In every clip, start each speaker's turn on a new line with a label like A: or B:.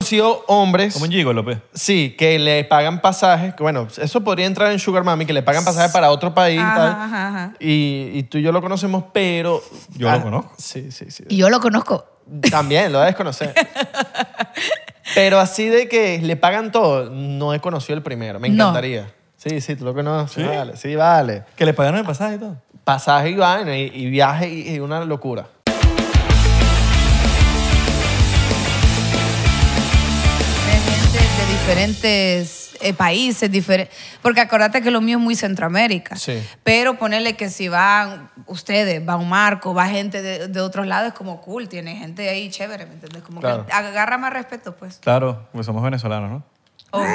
A: conocido hombres.
B: Como un gigolo, pues.
A: Sí, que le pagan pasajes, que bueno, eso podría entrar en Sugar Mami, que le pagan pasajes para otro país y
C: Ajá,
A: tal.
C: ajá, ajá.
A: Y, y tú y yo lo conocemos, pero... ah,
B: Yo lo conozco.
A: Sí, sí, sí.
C: Y yo lo conozco.
A: También, lo debes conocer. pero así de que le pagan todo, no he conocido el primero, me
C: No.
A: encantaría. Sí, sí, tú lo conoces, ¿Sí? vale, sí, vale.
B: Que le pagaron el pasaje y todo.
A: Pasaje y vaina, y, y viaje y, y una locura.
C: de gente de diferentes eh, países, diferentes, porque acordate que lo mío es muy Centroamérica.
A: Sí.
C: Pero ponerle que si van ustedes, va un marco, va gente de, de otros lados, es como cool, tiene gente ahí chévere, ¿me entiendes? Como
A: Claro.
C: que agarra más respeto, pues.
B: Claro, pues somos venezolanos, ¿no?
C: Obis.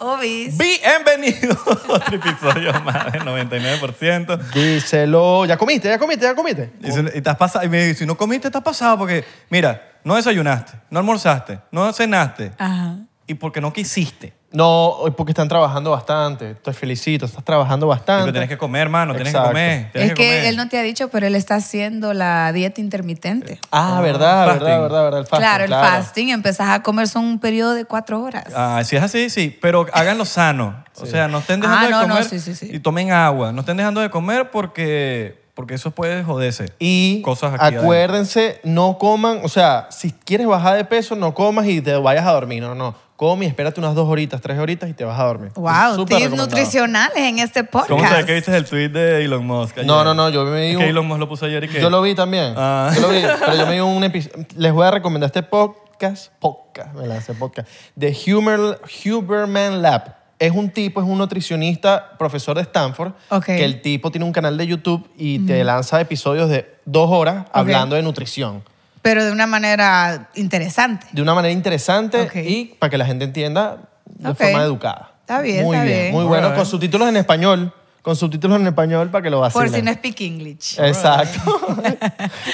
C: Obis.
B: Bienvenidos a otro episodio más del 99%.
A: Díselo, ya comiste, ya comiste, ya comiste.
B: Y, si- y, te has pasado- y me dice, si no comiste, estás pasado porque, mira, no desayunaste, no almorzaste, no cenaste
C: Ajá.
B: y porque no quisiste.
A: No, hoy porque están trabajando bastante. Te felicito, estás trabajando
C: Ah,
B: Tipo,
A: bastante.
B: tienes que comer, hermano, tienes que
A: Exacto.
B: comer. tienes
C: Es que
B: comer.
C: él no te ha dicho, pero él está haciendo la dieta intermitente.
A: Ah, verdad,
B: Fasting.
A: verdad, verdad, verdad, el fasting.
C: claro, el fasting, empezás a comer son un periodo de cuatro horas.
B: Ah, si es así, sí, pero háganlo sano. O sea, no estén dejando
C: Ah,
B: de
C: no, no,
B: comer
C: sí, sí, sí.
B: y tomen agua. No estén dejando de comer porque, porque eso puede joderse.
A: Y
B: cosas aquí adentro.
A: acuérdense, no coman, o sea, si quieres bajar de peso, no comas y te vayas a dormir. No, no, come y espérate unas dos horitas, tres horitas y te vas a dormir. Es
C: Wow,
A: súper
C: tips
A: recomendado.
C: nutricionales en este podcast.
B: ¿Cómo sabes que viste el tweet de Elon Musk? ayer?
A: No, no, no, yo me
B: Es
A: di
B: que
A: un-
B: Elon Musk lo puso ayer y que.
A: Yo lo vi también.
B: Ah.
A: Yo lo vi, pero yo me di un episodio. Les voy a recomendar este podcast, podcast, me la hace podcast, de Huber, Huberman Lab. Es un tipo, es un nutricionista, profesor de Stanford,
C: Ok.
A: que el tipo tiene un canal de YouTube y te lanza episodios de dos horas hablando de nutrición.
C: Pero de una manera interesante.
A: de una manera interesante
C: Ok.
A: y para que la gente entienda de
C: Ok.
A: forma educada.
C: Está bien,
A: muy
C: está
A: bien,
C: bien.
A: Muy
B: All
A: bueno,
B: right.
A: con subtítulos en español, con subtítulos en español para que lo
C: Por
A: vacilen.
C: si no speak
B: Eh.
C: English.
A: Exacto.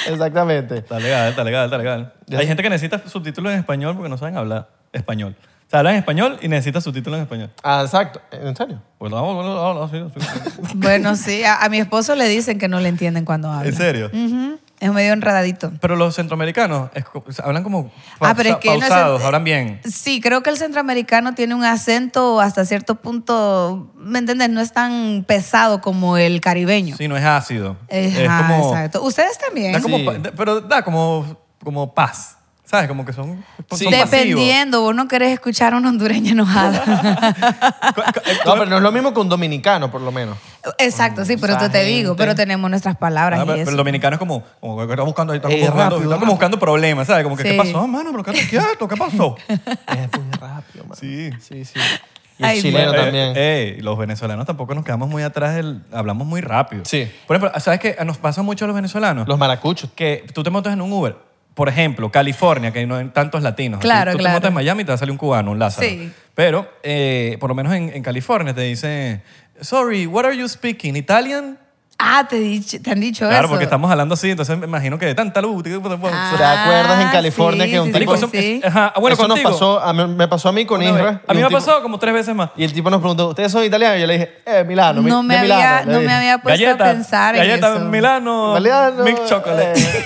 A: Exactamente.
B: Está legal, está legal, está legal.
A: Ya.
B: Hay gente que necesita subtítulos en español porque no saben hablar español. O sea, hablan español y necesitan subtítulos en español.
A: Ah, exacto. ¿En serio?
B: Pues vamos, vamos, vamos, sí, sí.
C: Bueno, sí, a, a mi esposo le dicen que no le entienden cuando habla.
B: ¿En serio?
C: Ujú, Es medio enredadito.
B: Pero los centroamericanos es co- hablan como
C: Ah, pero es
B: pausa-
C: que no es-
B: pausados, hablan bien.
C: Sí, creo que el centroamericano tiene un acento hasta cierto punto, ¿me entiendes? No es tan pesado como el caribeño.
B: Sí, no es ácido.
C: Ajá,
B: es como,
C: exacto. Ustedes
B: Da
C: también.
B: como,
A: Sí.
B: pa- da- pero da como, como paz. ¿Sabes? Como que son, son
A: Sí.
B: pasivos.
C: Dependiendo, vos no querés escuchar a una hondureña enojada.
B: eh,
A: No, pero no es lo mismo que un dominicano, por lo menos.
C: Exacto, sí, pero
A: Esa
C: te, te digo,
A: gente.
C: pero tenemos nuestras palabras
B: Ah,
C: y
B: pero,
C: eso.
B: pero el dominicano es como, como que está buscando, ahí, está como
A: Eh,
B: buscando,
A: rápido,
B: está como
A: rápido.
B: buscando problemas, ¿sabes? Como que, ¿qué
C: Sí.
B: pasó, mano? Pero quédate quieto, ¿qué pasó?
A: Es muy rápido, man.
B: Sí.
A: Sí, sí. Y el
C: Ay,
A: chileno
B: Eh,
A: también.
B: eh, los venezolanos tampoco nos quedamos muy atrás, del, hablamos muy rápido.
A: Sí.
B: Por ejemplo, ¿sabes qué nos pasa mucho a los venezolanos?
A: Los maracuchos.
B: que tú te montas en un Uber, por ejemplo, California, que no hay tantos latinos. Aquí
C: Claro,
B: tú te
C: claro.
B: montas en Miami y te va a salir un cubano, un Lázaro.
C: Sí.
B: Pero, eh, por lo menos en, en California, te dicen, sorry, what are you speaking, Italian?
C: Ah, te, dich- te han dicho eso.
B: Claro, porque estamos hablando así, entonces me imagino que de tanta luz. ¿Te
C: Ah,
A: ¿Te acuerdas en California que un
C: sí,
A: tipo-
C: sí, sí.
B: ah, bueno,
A: Eso nos
B: contigo.
A: pasó, a mí- me pasó a mí con
B: Una vez.
A: Israel.
B: A
A: Y
B: mí me
A: un
B: ha
A: tipo-
B: pasado como tres veces más.
A: Y el tipo nos preguntó, ¿ustedes son italianos? Y yo le dije, eh, Milano. mi-
C: No me,
A: de
C: había,
A: Milano", le
C: no me
A: dije.
C: había puesto a pensar
B: galleta
C: en eso.
B: Milano,
A: Milano,
B: milk chocolate.
A: eh.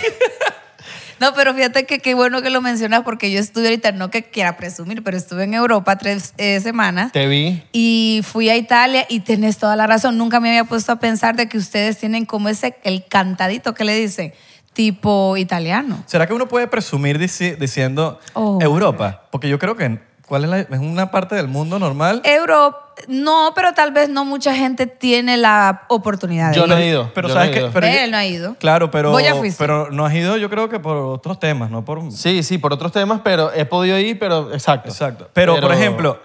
C: No, pero fíjate que qué bueno que lo mencionas porque yo estuve ahorita, no que quiera presumir, pero estuve en Europa tres eh, semanas
A: Te vi.
C: y fui a Italia y tenés toda la razón. Nunca me había puesto a pensar de que ustedes tienen como ese, el cantadito que le dicen, tipo italiano.
B: ¿Será que uno puede presumir dici- diciendo
C: Oh.
B: Europa? Porque yo creo que ¿cuál es, la- es una parte del mundo normal.
C: Europa, no, pero tal vez no mucha gente tiene la oportunidad. de
A: Yo
C: ir.
A: no he ido.
B: pero
A: yo
B: sabes
A: no he
B: que
A: ido.
B: pero
C: Ve,
B: yo-
C: él no ha ido.
B: Claro, pero
C: Vos ya fuiste.
B: pero no has ido, yo creo que por otros temas, no por
A: Sí, sí, por otros temas, pero he podido ir, pero exacto.
B: Exacto. Pero, por ejemplo,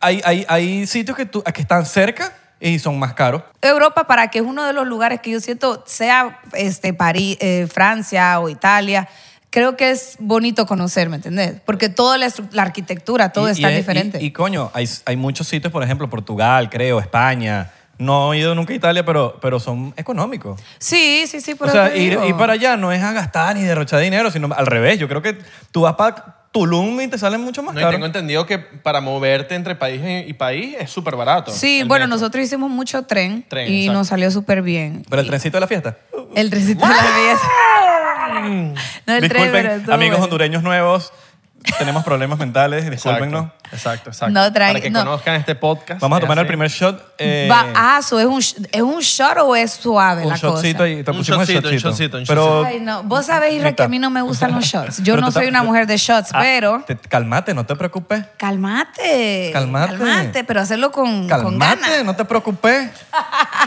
B: hay, hay, hay sitios que tú que están cerca y son más caros.
C: Europa para que es uno de los lugares que yo siento, sea este, París, eh, Francia o Italia, creo que es bonito conocer, ¿me entendés? Porque toda la, estru- la arquitectura, todo
B: Y-
C: está
B: y es-
C: diferente.
B: Y, y coño, hay, hay muchos sitios, por ejemplo, Portugal, creo, España. No he ido nunca a Italia, pero, pero son económicos.
C: sí, sí, sí, por
B: o
C: eso
B: sea,
C: te
B: ir,
C: digo.
B: ir para allá no es a gastar ni derrochar dinero, sino al revés. Yo creo que tú vas para Tulum y te salen mucho más
A: No, y
B: caro.
A: tengo entendido que para moverte entre país y- y país es súper barato.
C: Sí,
A: el
C: bueno,
A: metro.
C: nosotros hicimos mucho tren,
A: Tren,
C: y
A: exacto.
C: nos salió súper bien.
B: Pero el trencito de la fiesta.
C: El trencito de la belleza. No, el tren,
B: Disculpen,
C: pero estuvo
B: amigos
C: bueno.
B: hondureños nuevos. tenemos problemas mentales, discúlpenos.
A: Exacto, exacto, exacto.
C: No, tranqui-
A: Para que
C: no.
A: conozcan este podcast.
B: Vamos a
A: es
B: tomar el
A: así.
B: primer shot. eh,
C: Va, ah, so, ¿es un, sh- ¿es un shot o es suave
B: un
C: la
B: shotcito
C: cosa?
B: y te
A: Un
B: pusimos el
A: shotcito, un shotcito,
B: shotcito.
A: un
B: Pero,
C: Ay, no. Vos sabéis, Isra, que
B: Neta.
C: a mí no me gustan los shots. Yo
B: pero
C: no
B: tú
C: soy
B: tam-
C: una mujer de shots,
B: Ah,
C: pero...
B: te- calmate, no te preocupes.
C: Calmate.
B: Calmate.
C: pero hacerlo con, con
B: Calmate,
C: ganas.
B: no te preocupes.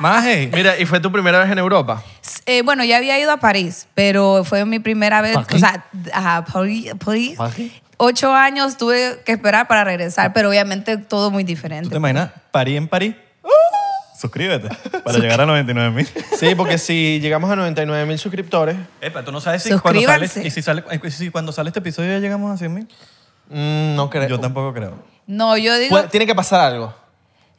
B: Maje.
A: Mira, ¿y fue tu primera vez en Europa?
C: Eh, bueno, ya había ido a París, pero fue mi primera vez.
A: ¿París?
C: O sea, a París. París.
A: ¿París?
C: Ocho años tuve que esperar para regresar, pero obviamente todo muy diferente.
B: ¿Tú te imaginas París en París?
C: Uh.
B: Suscríbete para llegar a 99 mil.
A: Sí, porque si llegamos a 99 mil suscriptores,
B: Epa, tú no sabes si cuando
C: Suscríbanse.
B: sales y si, sale, y si cuando sale este episodio ya llegamos a 100 mil.
A: mm, no creo.
B: Yo tampoco creo.
C: No, yo digo.
A: Puede- tiene que pasar algo.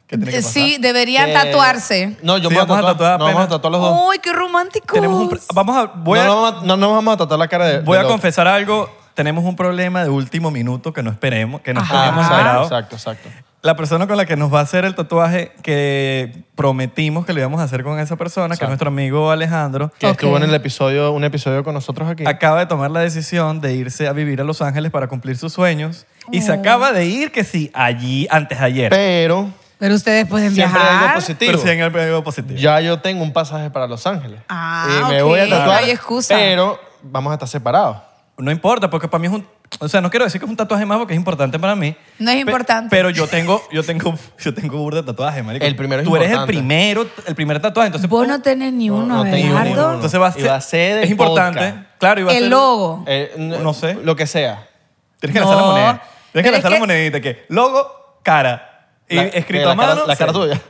B: ¿Qué tiene que pasar?
C: sí, deberían
A: Pues, Que-
C: tatuarse. Oh.
A: No, yo
B: Sí,
A: me voy a
B: vamos a
A: tatuar.
B: tatuar
A: no, vamos a
B: apenas.
A: tatuar los dos.
C: ¡Uy, qué romántico!
B: Tenemos un pro- vamos a voy
A: no,
B: a,
A: no vamos a- no nos vamos a tatuar la cara de.
B: voy
A: del
B: a
A: otro.
B: confesar algo. Tenemos un problema de último minuto que no esperemos, que no
C: Ajá.
A: Ah,
B: habíamos
A: exacto,
B: esperado.
A: exacto, exacto.
B: La persona con la que nos va a hacer el tatuaje que prometimos que le íbamos a hacer con esa persona, que
A: Exacto.
B: es nuestro amigo Alejandro,
A: Que
C: Ok.
A: estuvo en el episodio, un episodio con nosotros aquí.
B: acaba de tomar la decisión de irse a vivir a Los Ángeles para cumplir sus sueños y
C: Oh.
B: se acaba de ir que sí allí antes de ayer.
A: Pero
C: Pero ustedes pueden
A: siempre hay algo
C: viajar.
A: positivo.
B: Pero sí en el periodo positivo.
A: Ya yo tengo un pasaje para Los Ángeles.
C: Ah,
A: y me
C: ok.
A: voy a
C: No
A: tatuar.
C: hay excusa.
A: Pero vamos a estar separados.
B: No importa, porque para mí es un... O sea, no quiero decir que es un tatuaje más porque es importante para mí.
C: No es
B: Pe-
C: importante.
B: Pero yo tengo, yo tengo, yo tengo burda de tatuajes, marico.
A: El primero es
B: Tú eres el
A: importante.
B: primero, el primer tatuaje. Entonces,
C: Vos no tenés ni
A: no
C: uno,
A: tengo
C: Abelardo.
A: ni uno.
B: Entonces va a
A: Y
B: ser...
A: va a ser de
B: es importante.
A: podcast.
B: Claro, y va a
C: El
B: ser-
C: logo.
A: Eh, n-
B: No sé.
A: Lo que sea.
B: Tienes que
C: No.
B: lanzar la moneda.
C: Pero
B: Tienes que
C: es
B: lanzar
C: que-
B: la monedita que logo, cara. Y
A: La- eh,
B: Eh, escrito
A: la
B: a mano.
A: Cara, la cara
B: sí.
A: tuya.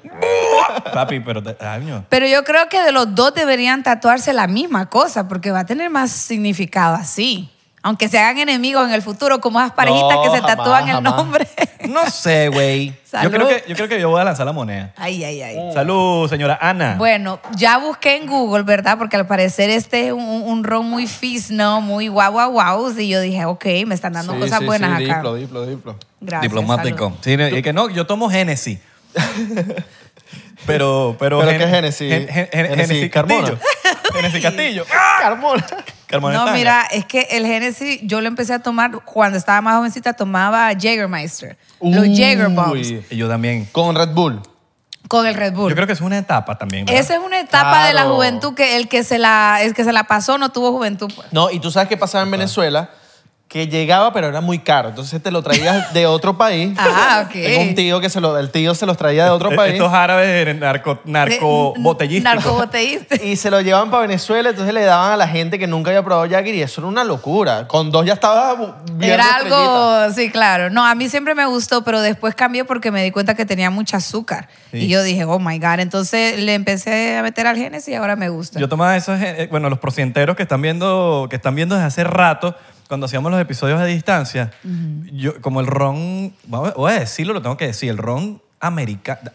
B: Papi, pero te, ay, no.
C: Pero yo creo que de los dos deberían tatuarse la misma cosa porque va a tener más significado así. Aunque se hagan enemigos en el futuro, como esas parejitas
A: No,
C: que se
A: jamás,
C: tatúan el
A: jamás.
C: nombre.
B: No sé, güey. yo,
C: Salud.
B: creo que, yo creo que yo voy a lanzar la moneda.
C: Ay, ay, ay.
B: Salud, señora Ana.
C: Bueno, ya busqué en Google, ¿verdad? Porque al parecer este es un, un- un ron muy fizz, ¿no? Muy guau, guau, guau. Y yo dije, ok, me están dando
A: Sí,
C: cosas
A: sí,
C: buenas
A: sí,
C: acá.
A: Diplo, diplo, diplo.
C: Gracias,
B: Diplomático.
C: salud.
B: Sí, y que no, yo tomo Genesis. pero, pero.
A: ¿Pero
B: Gen-
A: qué es Genesis?
B: Gen- Gen- Gen-
A: Genesis
B: Genesis
A: Carmona.
B: Castillo. Genesis Castillo.
A: ¡Ah, Carmona.
B: Carmona
C: No,
B: Estanga.
C: mira, es que el Genesis yo lo empecé a tomar cuando estaba más jovencita, tomaba Jägermeister, los
A: Uy.
C: Jäger Bombs
B: Y yo también.
A: Con Red Bull.
C: con el Red Bull.
B: Yo creo que es una etapa también. ¿verdad?
C: Esa es una etapa de la
A: Claro.
C: juventud que el que se la, el que se la pasó no tuvo juventud. pues.
A: No, y tú sabes qué pasaba en Venezuela, que llegaba pero era muy caro, entonces te lo traías de otro país.
C: Ah, ok.
A: Tengo un tío que se lo, el tío se los traía de otro
B: E-
A: país
B: Estos árabes de
C: Eh,
B: narco, narco
C: De-
B: botellísticos.
C: Narcobotellista.
A: y se lo llevaban para Venezuela, entonces le daban a la gente que nunca había probado Jagger y eso era una locura. Con dos ya estaba bu- viendo
C: Era
A: estrellitas.
C: algo, sí, claro. No, a mí siempre me gustó, pero después cambié porque me di cuenta que tenía mucho azúcar.
B: Sí.
C: Y yo dije, oh my God. Entonces le empecé a meter al Genesis y ahora me gusta.
B: Yo tomaba esos, eh, bueno, los procienteros que están viendo, que están viendo desde hace rato, cuando hacíamos los episodios a distancia, yo, como el ron, vamos a- voy a decirlo, lo tengo que decir, el ron americano,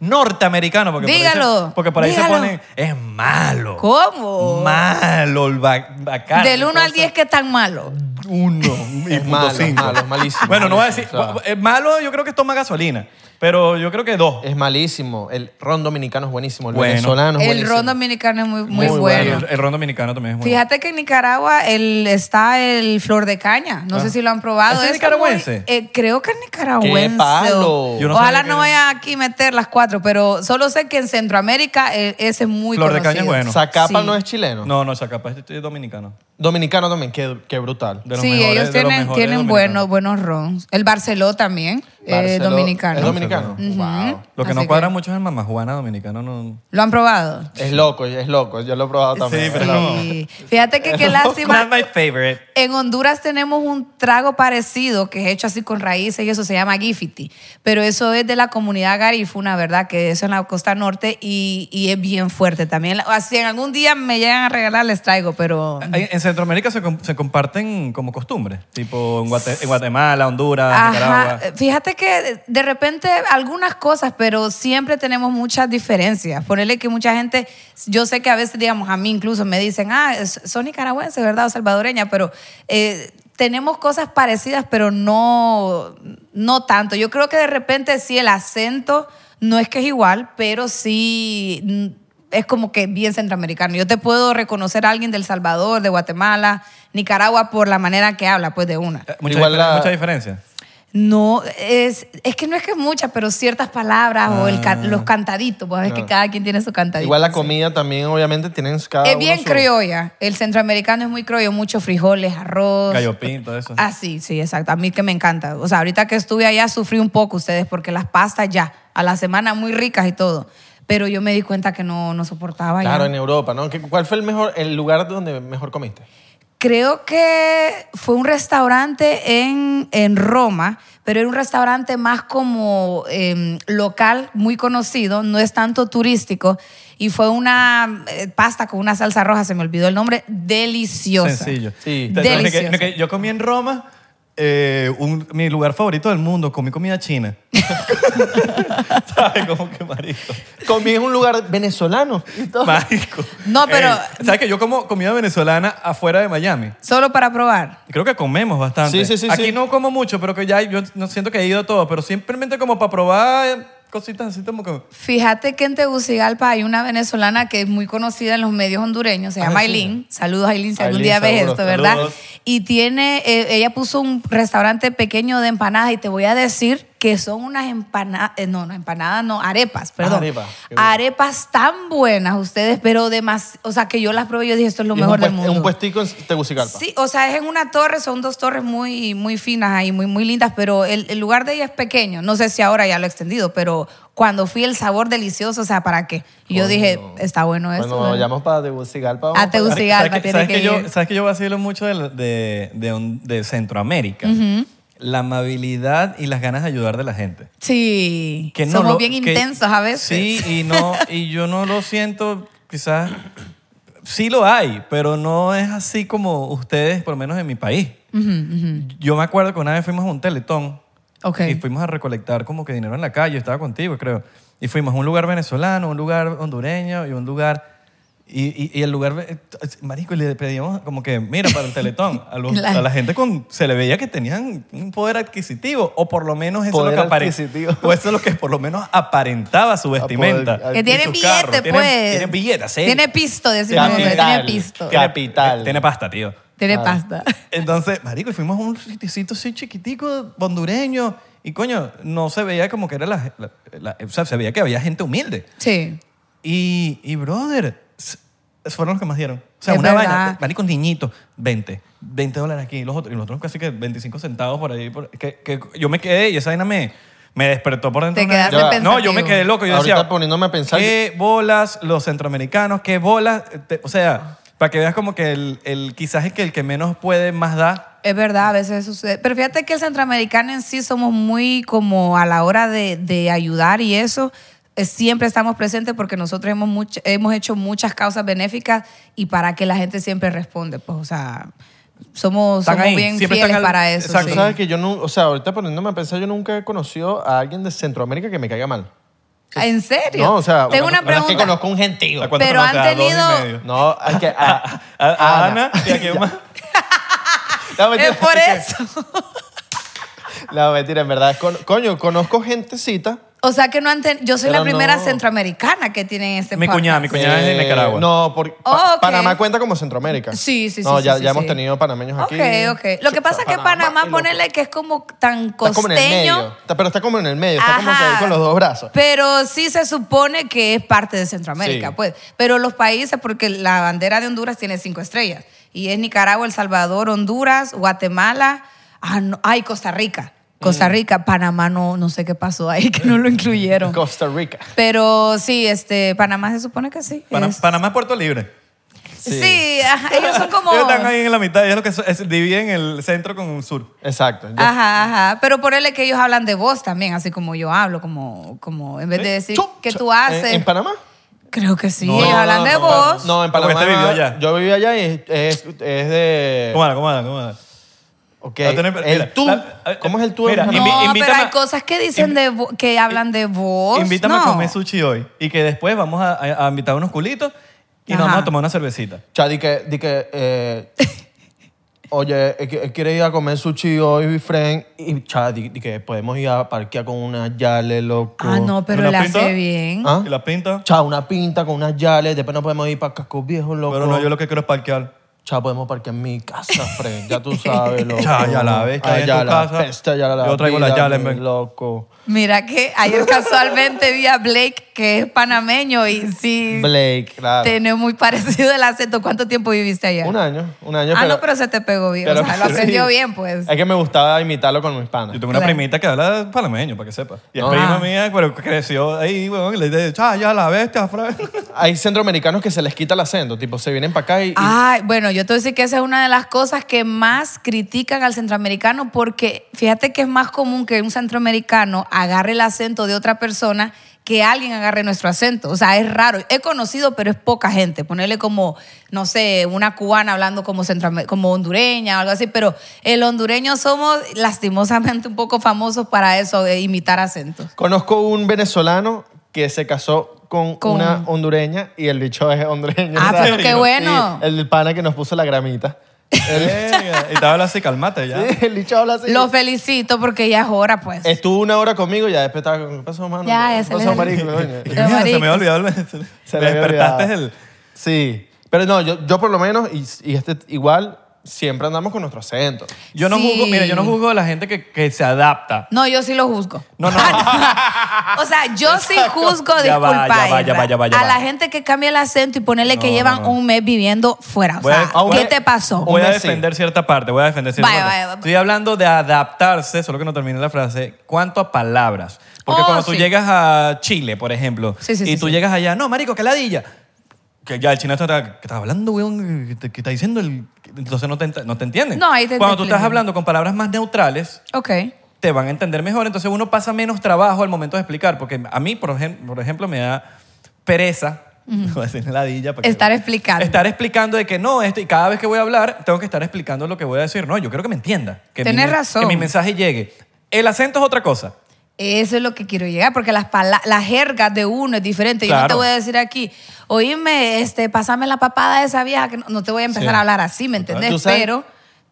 B: norteamericano, porque por ahí,
C: Dígalo,
B: se, porque por ahí se
C: dígalo.
B: ponen, es malo.
C: ¿Cómo?
B: Malo el ba- bacán.
C: Del 1 al
B: cosa.
C: 10, ¿qué tan malo?
B: Uno y
A: Es
B: punto
A: malo, es
B: cinco.
A: malo, es malísimo,
B: Bueno, no voy a decir,
A: malísimo, o sea.
B: bu- bu- eh, malo yo creo que toma gasolina, pero yo creo que dos.
A: Es malísimo. El ron dominicano es buenísimo, el
B: Bueno.
A: venezolano es
C: El
A: Ah, buenísimo.
C: ron dominicano es muy, muy,
A: Muy
C: bueno.
B: El, el ron dominicano también es bueno.
C: Fíjate que en Nicaragua el, está el flor de caña. No sé si lo han probado.
B: Ah. ¿Ese es
C: como-
B: nicaragüense?
C: eh, creo que es nicaragüense.
A: ¡Qué palo!
B: Yo no
C: Ojalá
B: sabía que
C: no
B: era-
C: vaya aquí a meter las cuatro, pero solo sé que en Centroamérica eh, ese es muy
B: Flor de
C: conocido.
B: caña es bueno.
A: Zacapa
C: Sí.
A: no es chileno.
B: No, no, Chacapa este es es dominicano.
A: Dominicano también, qué, qué brutal.
B: De los
C: sí,
B: mejores-
C: ellos
B: de los
C: tienen,
B: mejores
C: tienen
B: dominicanos.
C: buenos, buenos rons. El Barceló también, eh,
A: Barceló-
C: dominicano.
A: ¿Es dominicano? Wow.
B: Lo que
C: Así
B: no
C: que-
B: cuadra mucho es el mamajuana dominicano. No.
C: ¿Lo han probado?
A: Es loco, es loco. Yo lo he probado también.
B: Sí, pero
A: Es loco.
C: Sí. Fíjate que qué lástima.
B: Not my favorite.
C: En Honduras tenemos un trago parecido que es hecho así con raíces y eso se llama gifiti, pero eso es de la comunidad garífuna, ¿verdad? Que eso en la costa norte y, y es bien fuerte también. Así en algún día me llegan a regalar les traigo, pero
B: En en Centroamérica se, com- se comparten como costumbres, tipo en, Guate- en Guatemala, Honduras, Nicaragua.
C: Ajá. eh, Fíjate que de repente algunas cosas, pero siempre tenemos muchas diferencias. Ponerle que mucha gente, yo sé que a veces, digamos, a mí incluso me dicen, ah, es- son nicaragüenses, ¿verdad? O salvadoreña, pero eh, tenemos cosas parecidas, pero no, no tanto. Yo creo que de repente sí el acento no es que es igual, pero sí mm, es como que bien centroamericano. Yo te puedo reconocer a alguien del Salvador, de Guatemala, Nicaragua, por la manera que habla, pues de una.
B: Eh, Mucha,
A: Igual
B: difer-
A: la-
B: mucha diferencia.
C: No, es, es que no es que muchas, pero ciertas palabras o el ca-
B: Ah.
C: los cantaditos, pues es que cada quien tiene su cantadito.
A: Igual la comida también, obviamente, tienen cada
C: Es
A: uno
C: bien
A: su-
C: criolla. El centroamericano es muy criollo, muchos frijoles, arroz.
B: Gallo pinto, eso.
C: Ah, sí, sí, exacto. A mí que me encanta. O sea, ahorita que estuve allá sufrí un poco ustedes porque las pastas ya, a la semana muy ricas y todo. Pero yo me di cuenta que no, no soportaba ya.
A: Claro, en Europa, ¿no? ¿Qué- ¿Cuál fue el mejor, el lugar donde mejor comiste?
C: Creo que fue un restaurante en, en Roma, pero era un restaurante más como eh, local, muy conocido, no es tanto turístico. Y fue una eh, pasta con una salsa roja, se me olvidó el nombre, deliciosa.
B: Sencillo.
A: Sí.
B: Te- no, que-
C: Delicioso.
B: no, que yo comí en Roma, eh, un- mi lugar favorito del mundo, comí comida china. ¿Sabes? Como que marico.
A: Comí en un lugar venezolano y todo.
B: Marico.
C: No, pero-
B: Ey, ¿Sabes que yo como comida venezolana afuera de Miami?
C: Solo para probar.
B: Creo que comemos
A: Sí,
B: bastante.
A: sí, sí,
B: Aquí
A: sí.
B: no como mucho, pero que ya yo no siento que he ido a todo, pero simplemente como para probar eh, cositas así como que...
C: Fíjate que en Tegucigalpa hay una venezolana que es muy conocida en los medios hondureños, se
B: Ah,
C: llama
B: sí.
C: Aileen. Saludos Aileen si algún
A: Aileen,
C: día ves
A: saludos,
C: esto, ¿verdad?
B: saludos.
C: Y tiene, eh, ella puso un restaurante pequeño de empanadas y te voy a decir que son unas empanadas, no, no, empanadas, no, arepas, perdón.
A: arepas, Ah, qué bueno.
C: Arepas tan buenas ustedes, pero demás, o sea, que yo las probé y yo dije, esto es lo
A: Y es
C: mejor
A: un
C: del
A: puest-
C: mundo.
A: Un puestico en Tegucigalpa.
C: Sí, o sea, es en una torre, son dos torres muy, muy finas ahí, muy, muy lindas, pero el, el lugar de ella es pequeño. No sé si ahora ya lo he extendido, pero cuando fui el sabor delicioso, o sea, ¿para qué? Y yo
A: Coño.
C: dije, está bueno esto.
A: Bueno,
C: ¿verdad?
A: vayamos para Tegucigalpa.
C: A
A: vamos para-
C: Tegucigalpa. Tegucigalpa,
B: ¿Sabes que- sabes
C: tiene que
B: que yo-
C: ir.
B: ¿Sabes que yo vacilo mucho del- de, de un- de Centroamérica? La amabilidad y las ganas de ayudar de la gente.
C: Sí,
B: Que no
C: somos
B: lo-
C: bien
B: que-
C: intensos a veces.
B: Sí, y, no, y yo no lo siento, quizás sí lo hay, pero no es así como ustedes, por lo menos en mi país. Yo me acuerdo que una vez fuimos a un teletón
C: Ok.
B: y fuimos a recolectar como que dinero en la calle, yo estaba contigo, creo. Y fuimos a un lugar venezolano, un lugar hondureño y un lugar... Y, y- y el lugar, eh, marico, y le pedíamos como que, mira, para el teletón, a, los-
C: Claro.
B: a la gente con, se le veía que tenían un poder adquisitivo, o por lo menos eso es lo
A: Poder
B: que aparentaba.
A: adquisitivo.
B: O eso es lo que por lo menos aparentaba su vestimenta.
A: poder-
C: que
A: y
C: tienen
B: sus
C: billete,
B: carros,
C: pues.
B: Tienen, tienen billetes, sí.
C: Tiene pisto, decimos,
A: Capital.
C: nosotros, tiene pisto.
A: Ca-
B: Tiene-
A: Capital.
B: Tiene pasta, tío.
C: Tiene
A: Ah.
C: pasta.
B: Entonces, marico, y fuimos a un sitiecito así chiquitico, hondureño, y coño, no se veía como que era la, la- la- O sea, se veía que había gente humilde.
C: Sí.
B: Y, y brother, s- fueron los que más dieron. O sea,
C: Es
B: una
C: verdad.
B: vaina, eh, maricos niñitos, 20, 20 dólares aquí, los otros, y los otros casi que 25 centavos por ahí. por- que, que yo me quedé y esa vaina me, me despertó por dentro.
C: Te
B: una-
C: quedaste
A: Ya va.
C: pensativo.
B: no, yo me quedé loco. Yo
A: Ahorita
B: decía,
A: poniéndome a pensar-
B: ¿Qué bolas los centroamericanos? ¿Qué bolas? Te- o
C: Ah.
B: sea, para que veas como que el, el- quizás es que el que menos puede más da.
C: Es verdad, a veces sucede. Pero fíjate que el centroamericano en sí somos muy como a la hora de, de ayudar y eso, eh, siempre estamos presentes porque nosotros hemos, much- hemos hecho muchas causas benéficas y para que la gente siempre responde. Pues, o sea, somos,
B: Están
C: somos
B: ahí,
C: bien
B: siempre
C: fieles
B: están al-
C: para eso.
B: exacto.
A: Tú
C: sí.
A: sabes que yo no, o sea, ahorita poniéndome a pensar, yo nunca he conocido a alguien de Centroamérica que me caiga mal.
C: ¿En serio?
A: No, o sea,
C: Tengo
A: bueno,
C: una
A: bueno,
C: pregunta.
A: es que conozco un gentío.
B: ¿A cuánto
C: Pero
B: conoces?
C: han
B: A dos y
C: tenido-
B: medio.
A: No, es que a,
B: A, a Ana y a
A: Ya.
B: quién más.
A: No, mentira,
C: Es por eso.
A: No, mentira, en verdad. Con- coño, conozco gentecita.
C: O sea que no han ten- Yo soy
A: Pero
C: la primera
A: no.
C: centroamericana que tiene este
B: Mi cuñada,
C: podcast.
B: mi Coñada es de Nicaragua.
A: eh, No, por,
C: Oh, ok.
A: Panamá cuenta como Centroamérica.
C: Sí, sí, sí.
A: No,
C: sí,
A: ya,
C: sí,
A: ya
C: sí.
A: hemos tenido panameños aquí.
C: Ok, ok. Lo que pasa es que Panamá,
A: y loco.
C: ponele que es como tan
A: Está como en el medio.
C: costeño.
A: Está- pero está como en el medio, está como que ahí
C: Ajá.
A: con los dos brazos.
C: Pero sí se supone que es parte de Centroamérica,
A: Sí.
C: pues. Pero los países, porque la bandera de Honduras tiene cinco estrellas. Y es Nicaragua, El Salvador, Honduras, Guatemala, ah, no, ay, Costa Rica.
A: Mm.
C: Costa Rica, Panamá, no, no sé qué pasó ahí, que no lo incluyeron.
A: Costa Rica.
C: Pero sí, este, Panamá se supone que sí.
B: Pana-
C: es-
B: Panamá es Puerto Libre.
C: sí, ajá, ellos son como...
B: Ellos están ahí en la mitad, ellos lo que so- es- dividen el centro con el sur.
A: Exacto. Yo-
C: Ajá, ajá. Pero ponele que ellos hablan de vos también, así como yo hablo, como, como en vez de decir
A: Chu-
C: que
A: chu-
C: tú haces.
A: ¿En, en Panamá?
C: Creo que sí,
B: No,
C: ellos
B: no,
C: hablan de
B: no,
C: vos.
A: No, en
B: Porque
A: Panamá.
B: usted vivió allá.
A: Yo viví allá y es, es, es de.
B: ¿Cómo era? ¿Cómo era? ¿Cómo era?
A: Ok.
B: La tenés- mira,
A: el tú.
B: la-
A: ¿Cómo es el tú? en
B: mira,
A: Panamá?
B: invi-
C: No,
B: invítame-
C: pero hay cosas que dicen de vo- que hablan de vos.
B: Invítame
C: no.
B: a comer sushi hoy y que después vamos a, a- a invitar unos culitos y nos
C: Ajá.
B: vamos a tomar una cervecita.
A: O sea, di que, di que eh, Oye, eh, que- eh, quiere ir a comer sushi hoy, mi friend. Y cha, di, di que podemos ir a parquear con una yale, loco.
C: Ah, no, pero
B: ¿Una
C: la
B: pinta?
C: hace bien.
A: ¿Ah?
B: ¿Y la pinta?
A: Cha, una pinta con unas yales. Después nos podemos ir para Casco Viejo, loco.
B: Pero no, yo lo que quiero es parquear.
A: Cha, podemos parquear en mi casa, friend. Ya tú sabes, loco. Ah,
B: Cha, ya la ves, que hay en
A: ya
B: tu
A: la
B: casa.
A: peste, ya la
B: Yo traigo
A: vida,
B: las yales,
A: mi
B: ven.
A: Loco.
C: Mira que ayer casualmente vi a Blake, que es panameño, y sí,
A: Blake, claro.
C: tiene muy parecido el acento. ¿Cuánto tiempo viviste allá?
A: Un año, un año.
C: ah, no, pero se te pegó bien.
A: pero-
C: o sea, lo aprendió
A: sí.
C: bien, pues.
A: Es que me gustaba imitarlo con mis panas.
B: Yo tengo una
C: Claro.
B: primita que habla panameño, para que sepa. Y es
A: No.
B: prima
C: Ah.
B: mía, pero creció ahí, weón, y le dice, "Cha, ya la bestia, Fran".
A: Hay centroamericanos que se les quita el acento, tipo, se vienen para acá y... y-
C: Ay, bueno, yo te voy a decir que esa es una de las cosas que más critican al centroamericano porque fíjate que es más común que un centroamericano agarre el acento de otra persona que alguien agarre nuestro acento. O sea, es raro. He conocido, pero es poca gente. Ponerle como, no sé, una cubana hablando como, centroame- como hondureña o algo así, pero el hondureño somos lastimosamente un poco famosos para eso, de imitar acentos.
A: Conozco un venezolano que se casó con,
C: Con-
A: una hondureña y el bicho es hondureño.
C: Ah,
A: ¿sabes?
C: pero qué bueno.
A: Y el pana que nos puso la gramita. El,
B: Verga. y te habla así, calmate ya.
A: sí, el bicho habla así.
C: Lo felicito porque ya es hora, pues.
A: Estuvo una hora conmigo y ya después estaba con... ¿Qué pasó, mano?
C: Ya,
A: ¿Qué
C: ese
A: pasó,
C: es-
A: marico? coño?"
B: Y que,
C: Pero
B: "Mierda, se me había
C: maricas.
B: olvidado. el-
A: Se
B: me
A: le había
B: despertaste
A: olvidado.
B: el...
A: Sí. Pero no, yo, yo por lo menos, y, y este igual, siempre andamos con nuestro acento.
B: Yo no
C: Sí.
B: juzgo, mira, yo no juzgo a la gente que, que se adapta.
C: No, yo sí lo juzgo. Ah,
B: No, no.
C: O sea, yo sí juzgo,
B: Ya va,
C: disculpa,
B: ya va, ya va, ya va, ya
C: Irra, a
B: va.
C: la gente que cambia el acento y ponerle que
B: No,
C: llevan
B: no, no.
C: un mes viviendo fuera. O
B: Voy a-
C: sea,
A: ah, voy
C: ¿qué
A: a-
C: te pasó?
B: Voy a
A: Un mes sí.
B: defender cierta parte, voy a defender cierta
C: Vaya,
B: parte.
C: vaya, vaya.
B: Estoy hablando de adaptarse, solo que no terminé la frase, cuanto a palabras. Porque
C: Oh,
B: cuando tú
C: sí.
B: llegas a Chile, por ejemplo,
C: Sí, sí,
B: y
C: sí,
B: tú
C: sí.
B: llegas allá, no, marico, que ladilla. Que ya el chino está, que está hablando, weón, que, te- que está diciendo el... Entonces no te, ent- no te entienden.
C: No, ahí te
B: Cuando tú estás
C: entienden.
B: hablando con palabras más neutrales,
C: Ok.
B: te van a entender mejor. Entonces uno pasa menos trabajo al momento de explicar, porque a mí, por, ejem- por ejemplo, me da pereza. voy a decir ladilla para que-
C: Estar explicando.
B: Estar explicando de que no, esto, y cada vez que voy a hablar, tengo que estar explicando lo que voy a decir. No, yo quiero que me entienda. Que mi
C: Tenés
B: men-
C: razón.
B: Que mi mensaje llegue. El acento es otra cosa.
C: Eso es lo que quiero llegar, porque las, pala- las jergas de uno es diferente. Yo no te
B: Claro.
C: voy a decir aquí, oíme, este, pasame la papada de esa vieja, que no, no te voy a empezar
B: Sí.
C: a hablar así, ¿me entendés?
A: ¿Tú sabes?
C: Pero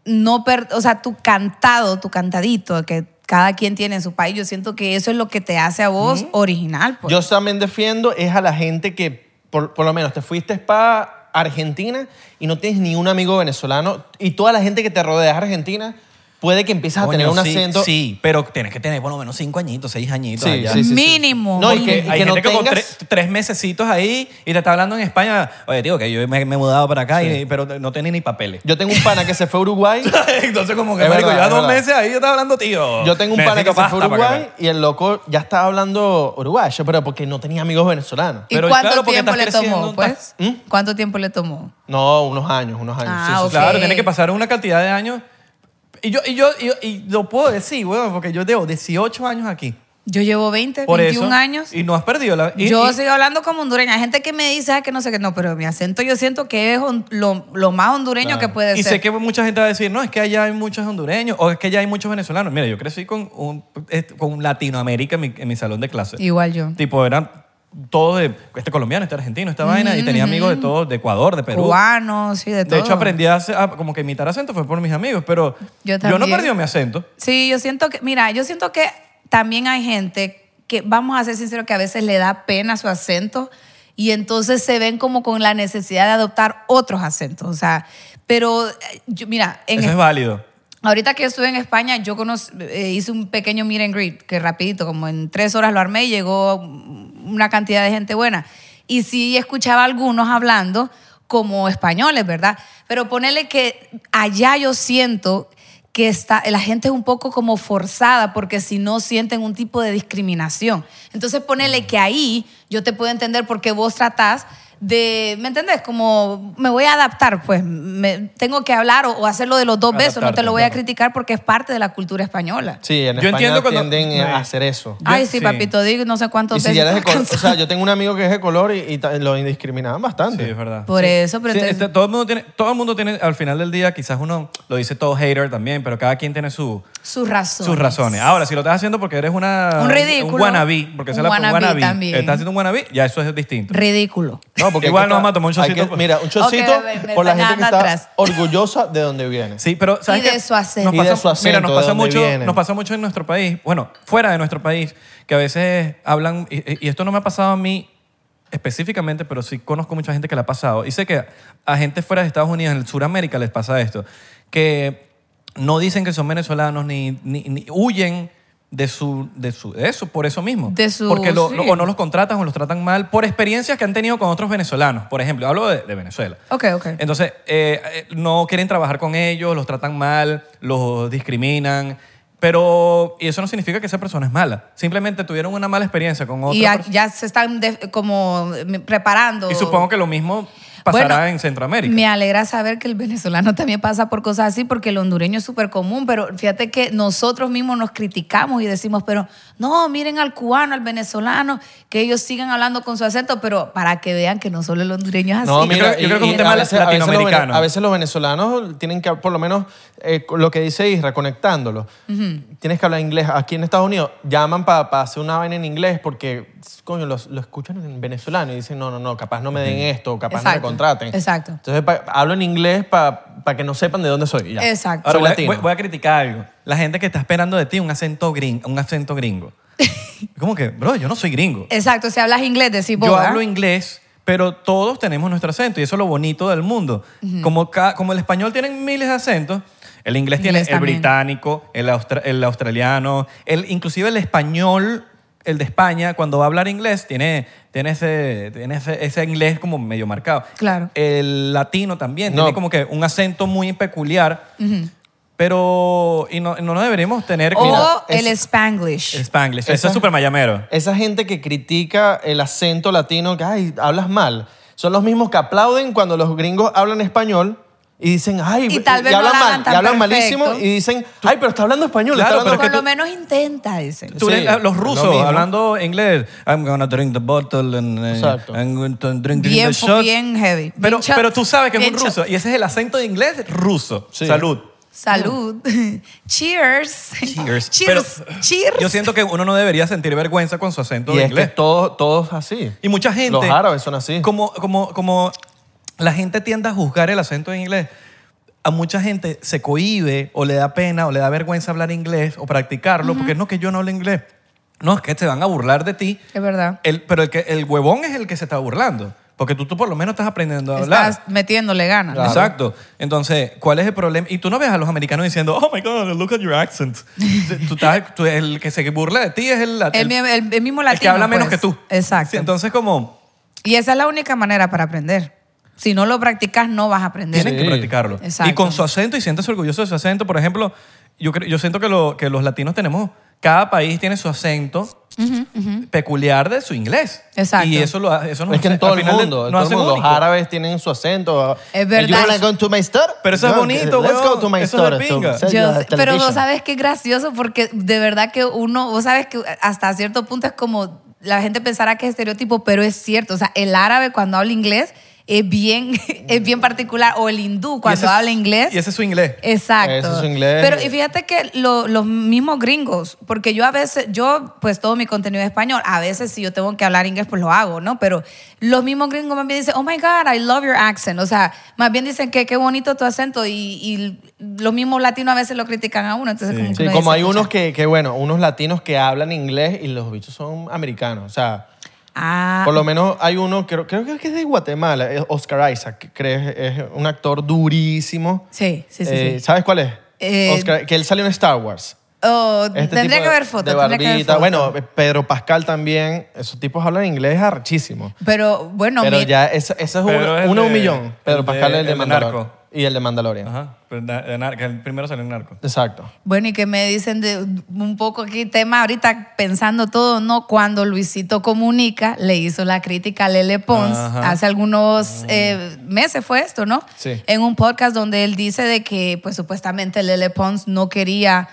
C: no, per- o sea, tu cantado, tu cantadito, que cada quien tiene en su país, yo siento que eso es lo que te hace a vos original. pues.
A: Yo también defiendo es a la gente que, por, por lo menos, te fuiste para Argentina y no tienes ni un amigo venezolano y toda la gente que te rodea es argentina, puede que empieces a
B: Coño,
A: tener un
B: sí,
A: acento.
B: Sí, pero tienes que tener por lo menos cinco añitos, seis añitos.
A: Sí,
B: allá.
A: sí, sí, sí.
C: Mínimo.
A: No, y
C: Porque
A: que, y
B: Hay
A: que no
B: gente que con
A: tengas...
B: tres, tres mesecitos ahí y te está hablando en España. Oye, tío, que yo me, me he mudado para acá, y- pero no tenía ni papeles.
A: Yo tengo un pana que se fue a Uruguay.
B: Entonces, como que,
A: Es
B: marico,
A: verdad,
B: lleva
A: es
B: dos
A: verdad.
B: meses ahí, yo estaba hablando, tío.
A: Yo tengo un pana que
B: necesito
A: se fue a
B: pasta para que
A: Uruguay y el loco ya estaba hablando uruguayo, pero porque no tenía amigos venezolanos.
C: ¿Y
B: Pero
C: cuánto
B: claro, porque
C: tiempo le
B: estás ¿Mm?
C: tomó,
B: creciendo,
C: pues? ¿Cuánto tiempo le tomó?
A: No, unos años, unos años.
C: Ah,
A: sí, sí,
B: me-
C: ok.
A: sí.
B: Claro, tiene que pasar una cantidad de años. Y yo, y yo, y, y lo puedo decir, weón, porque yo llevo 18 años aquí.
C: Yo llevo 20,
B: Por
C: 21
B: eso.
C: años.
B: Y no has perdido la. y-
C: yo
B: y-
C: sigo hablando como hondureña. Hay gente que me dice "Ah, que no sé qué. No, pero mi acento yo siento que es hon- lo, lo más hondureño
A: Claro.
C: que puede
B: y
C: ser.
B: sé que mucha gente va a decir, no, es que allá hay muchos hondureños o es que allá hay muchos venezolanos. Mira, yo crecí con, un, est- con Latinoamérica en mi, en mi salón de clase.
C: Igual yo.
B: Tipo, eran todos de, este colombiano, este argentino, esta vaina, y tenía amigos
C: Mm.
B: de todos, de Ecuador, de Perú.
C: Cubanos, sí, de todo.
B: De hecho, aprendí a, hacer- a como que imitar acento fue por mis amigos, pero yo no
C: Yo
B: he
C: también.
B: perdido mi acento.
C: Sí, yo siento que, mira, yo siento que también hay gente que, vamos a ser sinceros, que a veces le da pena su acento y entonces se ven como con la necesidad de adoptar otros acentos. O sea, pero, eh, yo- mira, en
B: Eso es válido.
C: Ahorita que estuve en España, yo conoc- eh, hice un pequeño meet and greet, que rapidito, como en tres horas lo armé y llegó mm, una cantidad de gente buena. Y sí escuchaba a algunos hablando como españoles, ¿verdad? Pero ponele que allá yo siento que está, la gente es un poco como forzada porque si no sienten un tipo de discriminación. Entonces ponele que ahí yo te puedo entender porque vos tratás de, ¿me entendés? Como me voy a adaptar, pues me- tengo que hablar o, o hacerlo de los dos besos, no te
B: Adaptarte,
C: lo voy a
B: claro.
C: criticar porque es parte de la cultura española.
A: Sí, en
B: Yo
A: España
B: entiendo cuando-
A: tienden
B: Sí.
A: a hacer eso.
B: Yo-
C: Ay, sí,
B: sí.
C: papito, digo, no sé cuántos
A: Y si
C: besos
A: ya eres de
C: estaba
A: color, o sea,
C: cansada.
A: yo tengo un amigo que es de color y, y ta- lo indiscriminaban
B: Sí,
A: bastante.
B: es verdad.
C: Por eso, pero
B: Sí,
C: entonces-
B: este, todo, el mundo tiene, todo el mundo tiene, al final del día, quizás uno lo dice todo hater también, pero cada quien tiene su,
C: sus razones.
B: sus razones. Ahora, si lo estás haciendo porque eres una,
C: Un ridículo.
B: Un wannabe, porque
C: Un
B: esa es la
C: wannabe
B: wannabe.
C: también.
B: Estás haciendo un wannabe, ya eso es distinto.
C: Ridículo.
B: No,
A: No, porque hay
B: Igual
A: que
B: nos
A: estar-
B: vamos a tomar un
A: hay
B: chocito,
A: que-
B: pues.
A: mira, un chocito
C: Ok, bebé, me
A: por la
C: están
A: gente que
C: dando
A: está
C: atrás.
A: orgullosa de donde viene.
B: Sí, pero ¿sabes
C: Y de
B: qué?
C: su acento.
A: Y de su acento,
B: Mira, nos
A: de
B: pasa,
A: dónde
B: mucho,
A: vienen.
B: nos pasa mucho en nuestro país, bueno, fuera de nuestro país, que a veces hablan, y, y esto no me ha pasado a mí específicamente, pero sí conozco mucha gente que le ha pasado. Y sé que a gente fuera de Estados Unidos, en el Sudamérica, les pasa esto, que no dicen que son venezolanos ni, ni- ni huyen de su de su de eso por eso mismo
C: De su-
B: porque lo- lo-
C: sí.
B: o no los contratan o los tratan mal por experiencias que han tenido con otros venezolanos por ejemplo hablo de- de Venezuela
C: Ok, ok.
B: entonces, eh, eh, no quieren trabajar con ellos, los tratan mal, los discriminan. Pero y eso no significa que esa persona es mala. Simplemente tuvieron una mala experiencia con otra
C: Y ya,
B: persona.
C: ya se están de- como mm, preparando.
B: Y supongo que lo mismo pasará
C: Bueno,
B: en Centroamérica.
C: Me alegra saber que el venezolano también pasa por cosas así, porque el hondureño es súper común, pero fíjate que nosotros mismos nos criticamos y decimos, pero no, miren al cubano, al venezolano, que ellos sigan hablando con su acento, pero para que vean que no solo el hondureño es así.
A: No,
B: Yo
A: mira,
B: creo- yo creo que
A: y-
B: es un
A: y
B: tema
A: a veces- a veces los vene-
B: latinoamericano.
A: A veces los venezolanos tienen que, por lo menos, eh, con lo que dice Isra, conectándolo. Tienes que hablar inglés. Aquí en Estados Unidos llaman para hacer una vaina en inglés porque, coño, los- lo escuchan en venezolano y dicen, no, no, no, capaz no me den esto, o capaz no me
C: Exacto,
A: contraten.
C: exacto.
A: Entonces pa- hablo en inglés para que no sepan de dónde soy. y ya.
C: Exacto.
B: Ahora
A: Soy
B: voy, a-
A: latino.
B: voy- voy a criticar algo. La gente que está esperando de ti un acento gringo, un acento gringo. Como que, bro, yo no soy gringo.
C: Exacto, si hablas inglés, decís vos.
B: Yo
C: ¿verdad?
B: hablo inglés, pero todos tenemos nuestro acento y eso es lo bonito del mundo. como, ca- como el español tiene miles de acentos, el inglés tiene
C: Inglés
B: el
C: también.
B: británico, el, austra- el australiano, el, inclusive el español, el de España, cuando va a hablar inglés, tiene, tiene, ese, tiene ese, ese inglés como medio marcado.
C: Claro.
B: El latino también
A: No.
B: tiene como que un acento muy peculiar, pero y no, no lo deberíamos tener
C: O
B: como
A: Mira,
C: el
A: es-
C: spanglish.
B: Spanglish. Eso
A: Esa-
B: es súper mayamero.
A: Esa gente que critica el acento latino, que ay, hablas mal, son los mismos que aplauden cuando los gringos hablan español y dicen, ay,
C: Y tal vez no
A: hablan
C: la hagan
A: mal,
C: tan
A: y hablan
C: perfecto.
A: malísimo y dicen, ay, pero está hablando español,
B: Claro,
A: está hablando
B: pero
C: Por
B: es que
C: lo
B: tú-
C: menos intenta, dicen.
B: Tú le-
A: Sí,
B: los
A: lo
B: rusos
A: mismo.
B: hablando inglés. I'm gonna drink the bottle and, eh,
A: Exacto.
B: I'm going to drink, drink
C: Bien,
B: the shot.
C: bien heavy.
B: Pero,
C: Bien shot.
B: pero tú sabes que es
C: Bien
B: un
C: shot.
B: ruso y ese es el acento de inglés ruso.
A: Sí.
B: Salud.
C: Salud. Cheers.
B: Cheers.
C: Cheers.
B: Pero
C: Cheers.
B: Yo siento que uno no debería sentir vergüenza con su acento
A: Y
B: de
A: es que
B: inglés.
A: todos, todos así.
B: Y mucha gente.
A: Los árabes son así.
B: Como, como, como la gente tiende a juzgar el acento en inglés, a mucha gente se cohíbe o le da pena o le da vergüenza hablar inglés o practicarlo porque no que yo no hablo inglés. No, es que te van a burlar de ti.
C: Es verdad.
B: El- pero el, que, el huevón es el que se está burlando. Porque tú, tú por lo menos estás aprendiendo a hablar.
C: Estás metiéndole ganas.
A: Claro.
B: Exacto. Entonces, ¿cuál es el problema? Y tú no ves a los americanos diciendo, oh my God, look at your accent. tú estás, tú- el que se burla de ti es el,
C: El, mi- el- el mismo
B: el
C: latino.
B: que habla menos
C: pues.
B: que tú.
C: Exacto.
B: Sí, entonces, como,
C: y esa es la única manera para aprender. Si no lo practicas, no vas a aprender.
B: tienen
A: Sí.
B: que practicarlo.
C: Exacto.
B: Y con su acento, y siéntese orgulloso de su acento. Por ejemplo, yo, creo- yo siento que, lo- que los latinos tenemos, cada país tiene su acento peculiar de su inglés.
C: Exacto.
B: Y eso, lo, ha- eso nos
A: es que en
B: hace-
A: todo
B: al
A: el
B: final de-
A: mundo, en todo
B: nos
A: el
B: hace
A: mundo, los
B: únicos.
A: árabes tienen su acento.
C: Es verdad.
A: You wanna go to my store?
B: Pero eso es
A: Go-
B: bonito,
A: Let's
B: weón.
A: go to my
B: Eso es de
A: store. to
B: pinga.
A: sell
C: Yo-
A: your
C: pero vos
A: television.
C: sabes que es gracioso porque de verdad que uno, vos sabes que hasta cierto punto es como, la gente pensará que es estereotipo, pero es cierto. O sea, el árabe cuando habla inglés es bien, es bien particular. O el hindú
B: Y
C: cuando
B: ese es-
C: habla inglés. Eh,
B: Y ese es su inglés.
C: Exacto.
A: Eso es inglés.
C: Pero y fíjate que lo- los mismos gringos, porque yo a veces, yo pues todo mi contenido es español, a veces si yo tengo que hablar inglés pues lo hago, ¿no? Pero los mismos gringos más bien dicen, oh my God, I love your accent. O sea, más bien dicen que qué bonito tu acento y, y los mismos latinos a veces lo critican a uno. Entonces,
B: Sí.
C: como,
A: Sí,
C: que uno
A: como
C: dice,
A: hay unos
C: "Pucha".
A: que, que, bueno, unos latinos que hablan inglés y los bichos son americanos. O sea,
C: Ah,
A: Por lo menos hay uno, creo, creo que es de Guatemala, es Oscar Isaac, que creo es es un actor durísimo.
C: sí, sí, sí.
A: Eh,
C: sí.
A: ¿Sabes cuál es?
C: Eh,
A: Oscar- que él salió en Star Wars.
C: Oh,
A: Este
C: tendría
A: tipo
C: que
A: de-
C: ver fotos.
A: de
C: tendría que ver
A: barbita.
C: fotos.
A: Bueno, eh, Pedro Pascal también. Esos tipos hablan inglés arrechísimo.
C: pero bueno,
A: pero
C: mi-
A: ya, esa- esa es
B: Pedro
A: uno,
B: es el
A: uno un
B: de-
A: millón.
B: el
A: Pedro Pascal
B: de-
A: es el de,
B: el de
A: Mandalorian.
B: Narco.
A: Y el de Mandalorian.
B: Ajá. Pero na- de nar- que el primero salió en narco.
A: Exacto.
C: Bueno, y que me dicen de un poco aquí, tema ahorita pensando todo, ¿no? Cuando Luisito Comunica le hizo la crítica a Lele Pons,
B: Ajá.
C: hace algunos eh, meses fue esto, ¿no?
A: Sí.
C: En un podcast donde él dice de que, pues supuestamente Lele Pons no quería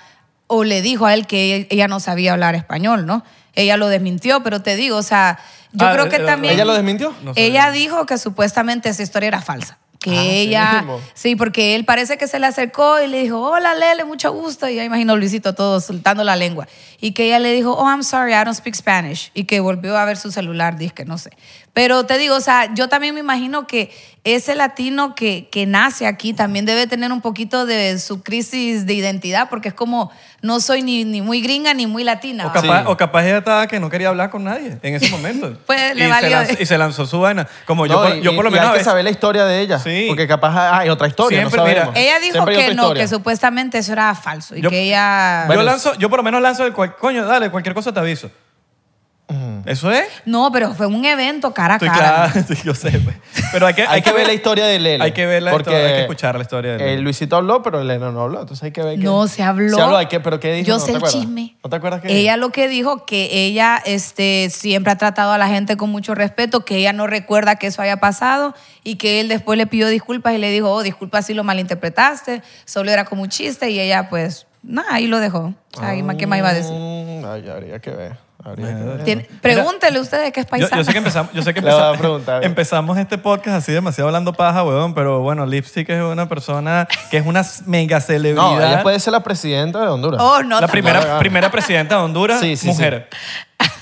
C: o le dijo a él que ella no sabía hablar español, ¿no? Ella lo desmintió, pero te digo, o sea, yo
B: Ah,
C: creo que
B: eh,
C: también...
A: ¿Ella lo desmintió?
B: No sabía.
C: Ella dijo que supuestamente esa historia era falsa. que
A: Ah, ¿sí
C: ella...
A: mismo?
C: Sí, porque él parece que se le acercó y le dijo, hola Lele, mucho gusto. Y yo imagino a Luisito todo soltando la lengua. Y que ella le dijo, oh, I'm sorry, I don't speak Spanish. Y que volvió a ver su celular, dice que no sé. Pero te digo, o sea, yo también me imagino que ese latino que, que nace aquí también debe tener un poquito de su crisis de identidad, porque es como, no soy ni, ni muy gringa ni muy latina.
B: O
C: ¿va?
B: capaz,
A: Sí.
B: o capaz ella estaba que no quería hablar con nadie en ese momento.
C: Pues, le
B: y,
C: valió
B: se lanzó,
C: de-
B: y se lanzó su vaina. Como yo,
A: No,
B: por-
A: y-
B: yo por lo
A: y
B: menos... a
A: hay que
B: veces-
A: saber la historia de ella.
B: Sí.
A: Porque capaz ah, hay otra historia,
B: Siempre,
A: no
B: mira.
A: sabemos.
C: Ella dijo
A: Siempre hay
C: que
A: otra
C: no,
A: historia.
C: que supuestamente eso era falso y
B: Yo-
C: que ella...
B: yo,
A: Bueno,
B: lanzo, yo por lo menos lanzo el... cual- coño, dale, cualquier cosa te aviso. Eso es...
C: No, pero fue un evento cara a
B: Estoy
C: cara.
B: claro, sí, yo sé. pues. Pero hay que,
A: Hay que ver la historia de Lele.
B: Hay que ver la
A: Porque
B: historia, hay que escuchar la historia de Lele.
A: eh, Luisito habló, pero Lele no habló. Entonces hay que ver que...
C: No, se habló.
A: Se habló, hay que, pero ¿qué dijo?
C: Yo
A: ¿No
C: sé
A: te
C: el
A: acuerdas?
C: chisme.
A: ¿No te acuerdas que
C: Ella lo que dijo que ella este, siempre ha tratado a la gente con mucho respeto, que ella no recuerda que eso haya pasado y que él después le pidió disculpas y le dijo, oh, disculpa si lo malinterpretaste, solo era como un chiste y ella pues, nada, ahí lo dejó. O sea, ¿y más- ¿qué más iba a decir?
A: Mm, ay, habría que ver. habría que ver.
C: Tiene- pregúntele ustedes qué es
B: Yo,
C: paisana.
B: yo sé que empezamos, yo sé que
A: Le voy a
B: empezamos,
A: preguntar.
B: empezamos este podcast así demasiado hablando paja, weón, pero bueno, Lipstick es una persona que es una mega celebridad.
A: No, ella puede ser la presidenta de Honduras.
C: Oh, no,
B: la
C: tampoco.
B: primera, primera presidenta de Honduras,
A: Sí, sí,
B: mujer.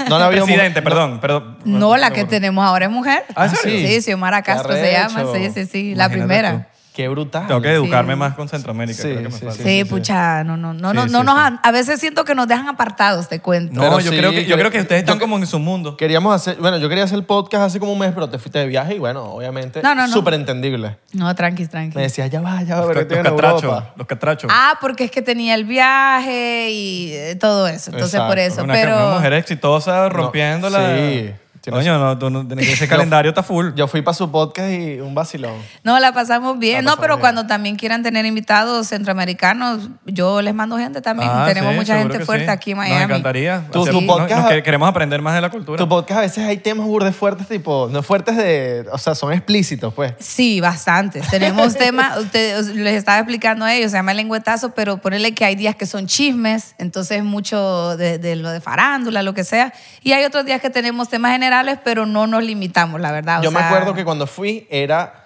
A: No la había
B: Presidente, perdón, perdón.
C: No, la que tenemos ahora es mujer.
B: Ah, ¿en
C: sí,
B: serio?
C: sí, Xiomara
A: Qué
C: Castro se llama,
A: arrecho.
C: sí, sí, sí, la
B: Imagínate
C: primera.
B: tú.
A: Qué brutal.
B: Tengo que
C: Sí.
B: educarme más con Centroamérica,
A: Sí,
B: creo que me
A: sí,
B: falta.
A: sí.
C: Sí, pucha, no, no, no, no,
B: Sí,
C: no
B: sí,
C: nos,
B: sí.
C: han- a veces siento que nos dejan apartados, te cuento.
B: No,
A: Pero
B: yo,
A: sí,
B: creo que, yo
A: creo-
B: creo que ustedes están
A: yo-
B: como en su mundo.
A: Queríamos hacer, bueno, yo quería hacer el podcast hace como un mes, pero te fuiste de viaje y bueno, obviamente,
C: No, no, no.
A: súper entendible.
C: No, tranqui, tranqui.
A: Me decías, ya va, ya va,
B: Los,
A: pero
B: ca-
A: estoy
B: los
A: en
B: catrachos,
A: Europa.
B: los catrachos.
C: Ah, porque es que tenía el viaje y eh, todo eso. Entonces,
A: Exacto.
C: por eso.
B: una,
C: pero.
B: una mujer exitosa rompiéndola.
A: sí, tienes-
B: Coño, no, tú no- ese
A: Yo-
B: calendario está full.
A: Yo fui para su podcast y un vacilón.
C: No, la pasamos bien.
A: La
C: no,
A: pasamos
C: pero
A: bien.
C: cuando también quieran tener invitados centroamericanos, yo les mando gente también.
B: Ah,
C: Tenemos
B: sí,
C: mucha
B: seguro
C: gente
B: que
C: fuerte
B: sí.
C: aquí en Miami.
B: Nos encantaría.
A: Tu-
B: Hacer-
A: tu
B: no-
A: podcast-
B: nos que- queremos aprender más de la cultura.
A: Tu podcast a veces hay temas burdes fuertes, tipo, no fuertes de, o sea, son explícitos, pues.
C: Sí, bastantes. Tenemos temas, ustedes- les estaba explicando a ellos, se llama lengüetazo, pero ponerle que hay días que son chismes, entonces mucho de, de lo de farándula, lo que sea. Y hay otros días que tenemos temas generales, pero no nos limitamos, la verdad. Ah, o
A: Yo me
C: sea,
A: acuerdo que cuando fui era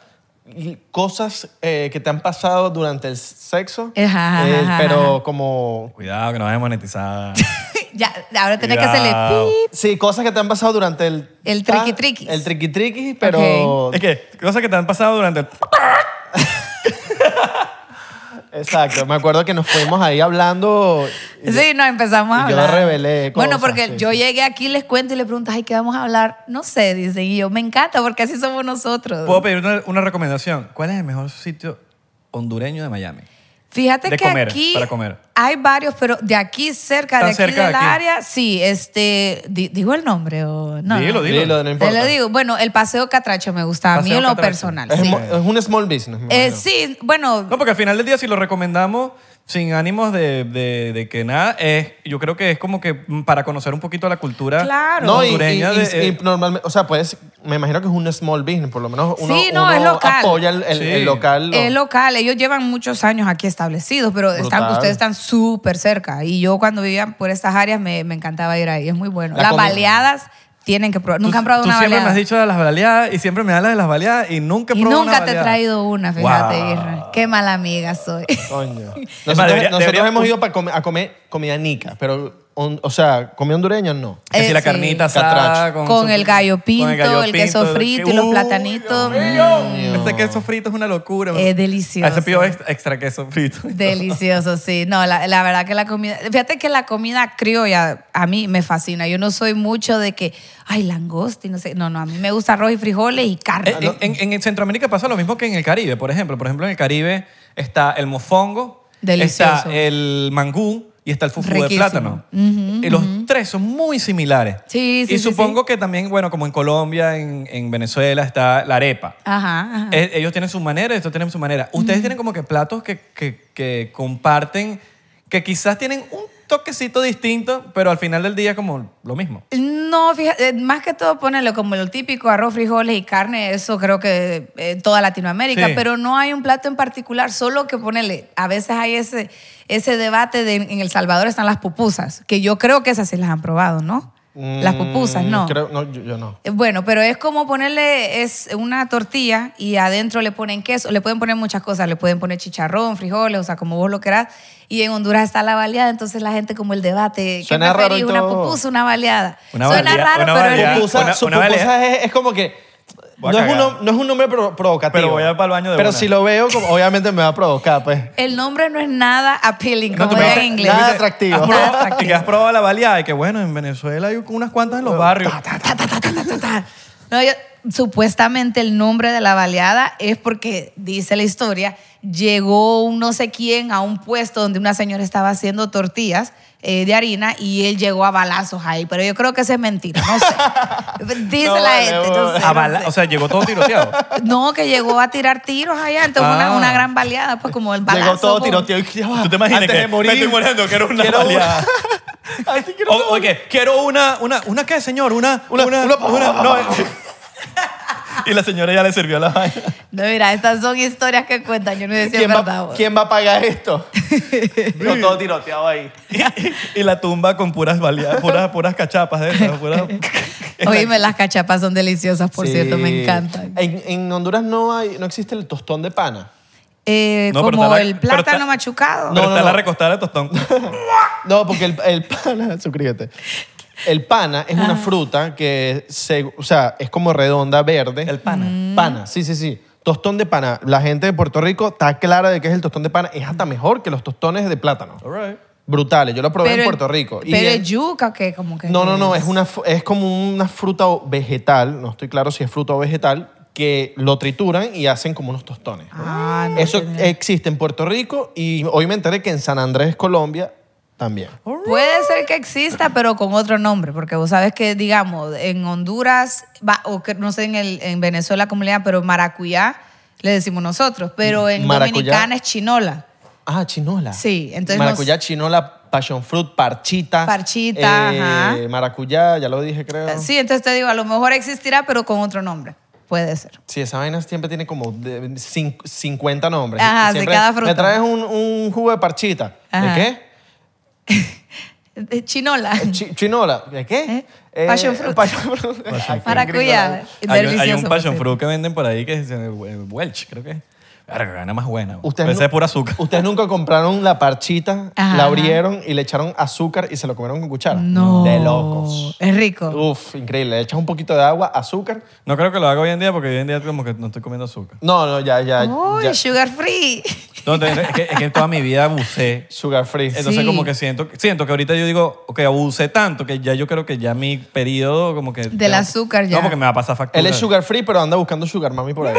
A: l- cosas eh, que te han pasado durante el sexo,
C: Ajá,
A: eh,
C: ajá,
A: pero como...
B: Cuidado, que no vayas monetizada.
C: ya, ahora tenés que hacerle
B: Cuidado.
C: pip.
A: Sí, cosas que te han pasado durante el...
C: El
A: ta-
C: triqui-triquis.
A: El triqui pero...
B: es que, cosas que te han pasado durante el...
A: Exacto, me acuerdo que nos fuimos ahí hablando... y
C: Sí, no, empezamos a
A: y yo
C: hablar.
A: revelé
C: Bueno,
A: cosas,
C: porque
A: sí,
C: yo
A: sí.
C: llegué aquí, les cuento y les pregunto, ay, ¿qué vamos a hablar? No sé, dice, y yo, me encanta porque así somos nosotros.
B: ¿Puedo pedir una, una recomendación? ¿Cuál es el mejor sitio hondureño de Miami?
C: Fíjate
B: de
C: que
B: comer,
C: aquí
B: para comer.
C: hay varios, pero de aquí cerca, de
B: ¿Tan
C: aquí
B: cerca de
C: del
B: aquí?
C: área, sí, este, di- digo el nombre o no.
B: Dilo,
A: Dilo,
B: dilo.
A: no
C: Te
A: importa.
C: lo digo, bueno, el paseo Catracho me gusta, a mí
B: Paseo
C: en lo
B: Catracho.
C: personal.
A: Es,
C: sí.
A: mo- es un small business. me
C: Eh,
A: imagino.
C: sí, bueno,
B: No, porque al final del día si lo recomendamos sin ánimos de, de- de que nada, es, yo creo que es como que para conocer un poquito la cultura
C: Claro.
A: No, y,
B: hondureña.
A: y-
B: de-
A: y-
B: eh,
A: y normalmente, o sea, pues, me imagino que es un small business, por lo menos uno,
C: Sí, no,
A: uno
C: es local.
A: apoya el, el-
B: Sí.
A: el local. lo-
C: Es local, ellos llevan muchos años aquí establecidos, pero están,
A: Brutal.
C: ustedes están súper cerca. Y yo cuando vivía por estas áreas me, me encantaba ir ahí, es muy bueno.
A: La
C: Las
A: comida.
C: baleadas tienen que probar.
B: tú-
C: Nunca han probado
B: tú
C: una
B: siempre me
C: baleada.
B: has dicho de las baleadas y siempre me hablas de las baleadas y nunca he
C: y
B: probado
C: nunca
B: una
C: te he
B: baleada.
C: traído una, fíjate,
B: Wow.
C: Irra. Qué mala amiga soy.
A: Coño. Nosotros,
B: Es más, debería-
A: nosotros
B: debería-
A: hemos ido pa come- a comer comida nica, pero, on- o sea, comida hondureña no.
B: Que si
C: Eh,
B: la
C: sí.
B: carnita
A: Catracho.
B: asada
C: con,
B: su-
C: el gallo
B: con
C: pinto, el,
B: gallo
C: queso
B: pinto,
C: frito
B: que-
C: y los
B: ¡Uy,
C: platanitos.
B: Dios
C: Mm,
B: mío! Ese queso frito es una locura.
C: Es delicioso.
B: A ese pido extra, extra queso frito.
C: Delicioso, sí. No, la, la verdad que la comida. Fíjate que la comida criolla a mí me fascina. Yo no soy mucho de que, ay, langosta y no sé. No, no, a mí me gusta arroz y frijoles y carne.
B: Eh, en, en- en Centroamérica pasa lo mismo que en el Caribe, por ejemplo. Por ejemplo, en el Caribe está el mofongo,
C: Delicioso.
B: está el mangú y está el fufu de
C: Riquísimo.
B: plátano. y los tres son muy similares.
C: Sí, sí,
B: Y
C: sí,
B: supongo que también, bueno, como en Colombia, en, en Venezuela está la arepa.
C: Ajá, ajá.
B: Eh, Ellos tienen su manera, estos tienen su manera. Ustedes tienen como que platos que, que- que comparten, que quizás tienen un toquecito distinto, pero al final del día como lo mismo.
C: No, fíjate, eh, más que todo ponerlo como lo típico, arroz, frijoles y carne, eso creo que en toda Latinoamérica,
B: Sí.
C: pero no hay un plato en particular, solo que ponerle, a veces hay ese, ese debate de en El Salvador están las pupusas, que yo creo que esas sí las han probado, ¿no? Las pupusas,
A: Mm,
C: no.
A: creo- no, yo, yo no.
C: Eh, Bueno, pero es como ponerle es una tortilla y adentro le ponen queso, le pueden poner muchas cosas, le pueden poner chicharrón, frijoles, o sea, como vos lo querás. Y en Honduras está la baleada, entonces la gente como el debate, ¿qué
A: Suena raro y
C: preferís, una
A: todo.
C: pupusa, una baleada?
B: Una
C: Suena
B: balea-
C: raro,
B: una
C: pero es
B: balea-
C: rico.
A: Pupusa-
B: una-
A: su
B: una
A: pupusa
B: balea.
A: es, es como que
B: Voy a
A: no es,
B: cagar.
A: uno- no es un nombre pro- provocativo.
B: Pero voy a ir pa'l baño de
A: Pero
B: una.
A: si lo veo, como- obviamente me va a provocar, pues.
C: El nombre no es nada appealing,
B: No, tú
C: como
B: me
C: diría en
B: dices-
C: inglés.
A: nada atractivo.
B: Has
C: Nada
B: probado- y
C: atractivo.
B: que has probado la baleada y que bueno, en Venezuela hay unas cuantas en los barrios.
C: No, yo- supuestamente el nombre de la baleada es porque, dice la historia, llegó un no sé quién a un puesto donde una señora estaba haciendo tortillas eh, de harina y él llegó a balazos ahí. Pero yo creo que eso es mentira, no sé. dice
A: No,
C: la
A: vale,
C: gente,
A: vale.
C: no sé,
B: A
C: no
B: bala-
C: sé.
B: o sea, llegó todo tiroteado.
C: No, que llegó a tirar tiros allá, entonces fue
B: Ah.
C: una, una gran baleada, pues como el balazo.
A: Llegó todo
C: pues.
A: tiroteo.
B: ¿Tú te imaginas
A: Antes
B: que
A: de morir.
B: me estoy muriendo, quiero una
A: Quiero
B: baleada?
A: Ay, te quiero-
B: O- Oye, quiero una, una, ¿una qué, señor? Una,
A: Una- una-
B: no, eh. y la señora ya le sirvió la vaina.
C: No, mira, estas son historias que cuentan, yo no decía
A: ¿Quién,
C: verdad.
A: va,
C: vos.
A: quién va a pagar esto? Yo todo tiroteado ahí.
B: Y la tumba con puras baleadas, puras, puras cachapas de esas, puras-
C: Oíme, las cachapas son deliciosas, por
A: Sí.
C: cierto, me encantan.
A: En, en Honduras no, hay, no existe el tostón de pana.
C: Eh,
B: No, pero
C: como
B: está la-
C: el
B: pero está-
C: plátano machucado.
A: No,
B: Pero está
A: no,
B: la
A: no.
B: recostada de tostón.
A: No, porque el, el pana, suscríbete. El pana es
C: Ah.
A: una fruta que se, o sea, es como redonda, verde.
B: El pana.
A: Pana, sí, sí, sí. Tostón de pana. La gente de Puerto Rico está clara de que es el tostón de pana. Es hasta mejor que los tostones de plátano.
B: All right.
A: Brutales. Yo lo probé
C: Pero
A: en
C: el-
A: Puerto Rico. Y
C: Pero
A: en-
C: es yuca, que como que.
A: No, no, no, es, una, fu- es como una fruta o vegetal, no estoy claro si es fruta o vegetal, que lo trituran y hacen como unos tostones.
C: Ah, no
A: Eso
C: tenía-
A: existe en Puerto Rico y hoy me enteré que en San Andrés, Colombia, también.
C: Puede ser que exista, pero con otro nombre, porque vos sabes que, digamos, en Honduras, va- o que, no sé en, el, en Venezuela como le llaman, pero maracuyá le decimos nosotros, pero en
A: ¿Maracuyá?
C: Dominicana es chinola.
A: Ah, chinola.
C: Sí, entonces nos-
A: Maracuyá, chinola, passion fruit, parchita. eh,
C: Parchita, ajá. Eh,
A: Maracuyá, ya lo dije, creo.
C: Sí, entonces te digo, a lo mejor existirá, pero con otro nombre. Puede ser.
A: Sí, esa vaina siempre tiene como de- cin- 50 nombres.
C: Ajá, de
A: Siempre,
C: cada fruta.
A: Me traes un, un jugo de parchita.
C: Ajá.
A: ¿De qué?
C: Eh, Chinola.
A: Chi- chinola, ¿de qué?
C: ¿Eh? Passion fruit.
A: passion fruit.
C: Maracuyá.
B: Hay, un- hay
C: Delicioso,
B: un
C: por
B: passion
C: cierto.
B: fruit que venden por ahí que es eh, Welch, creo que es. Verga, gana más buena.
A: Ustedes
B: Ustedes Esa
A: nu-
B: es pura azúcar.
A: Ustedes nunca compraron la parchita,
C: Ajá.
A: la abrieron y le echaron azúcar y se lo comieron con cuchara.
C: No.
A: De locos.
C: Es rico.
A: Uf, increíble. Le echas un poquito de agua, azúcar.
B: No creo que lo haga hoy en día porque hoy en día como que no estoy comiendo azúcar.
A: No, no, ya, ya.
C: Uy,
A: ya.
C: sugar free.
B: No, te- es, que, es que toda mi vida abusé.
A: Sugar free.
B: Entonces
C: Sí.
B: como que siento, siento que ahorita yo digo, ok, abusé tanto que ya yo creo que ya mi periodo como que...
C: Del
B: tengo-
C: azúcar ya.
B: No, porque me va a pasar factura.
A: Él es sugar free, pero anda buscando sugar mami por ahí.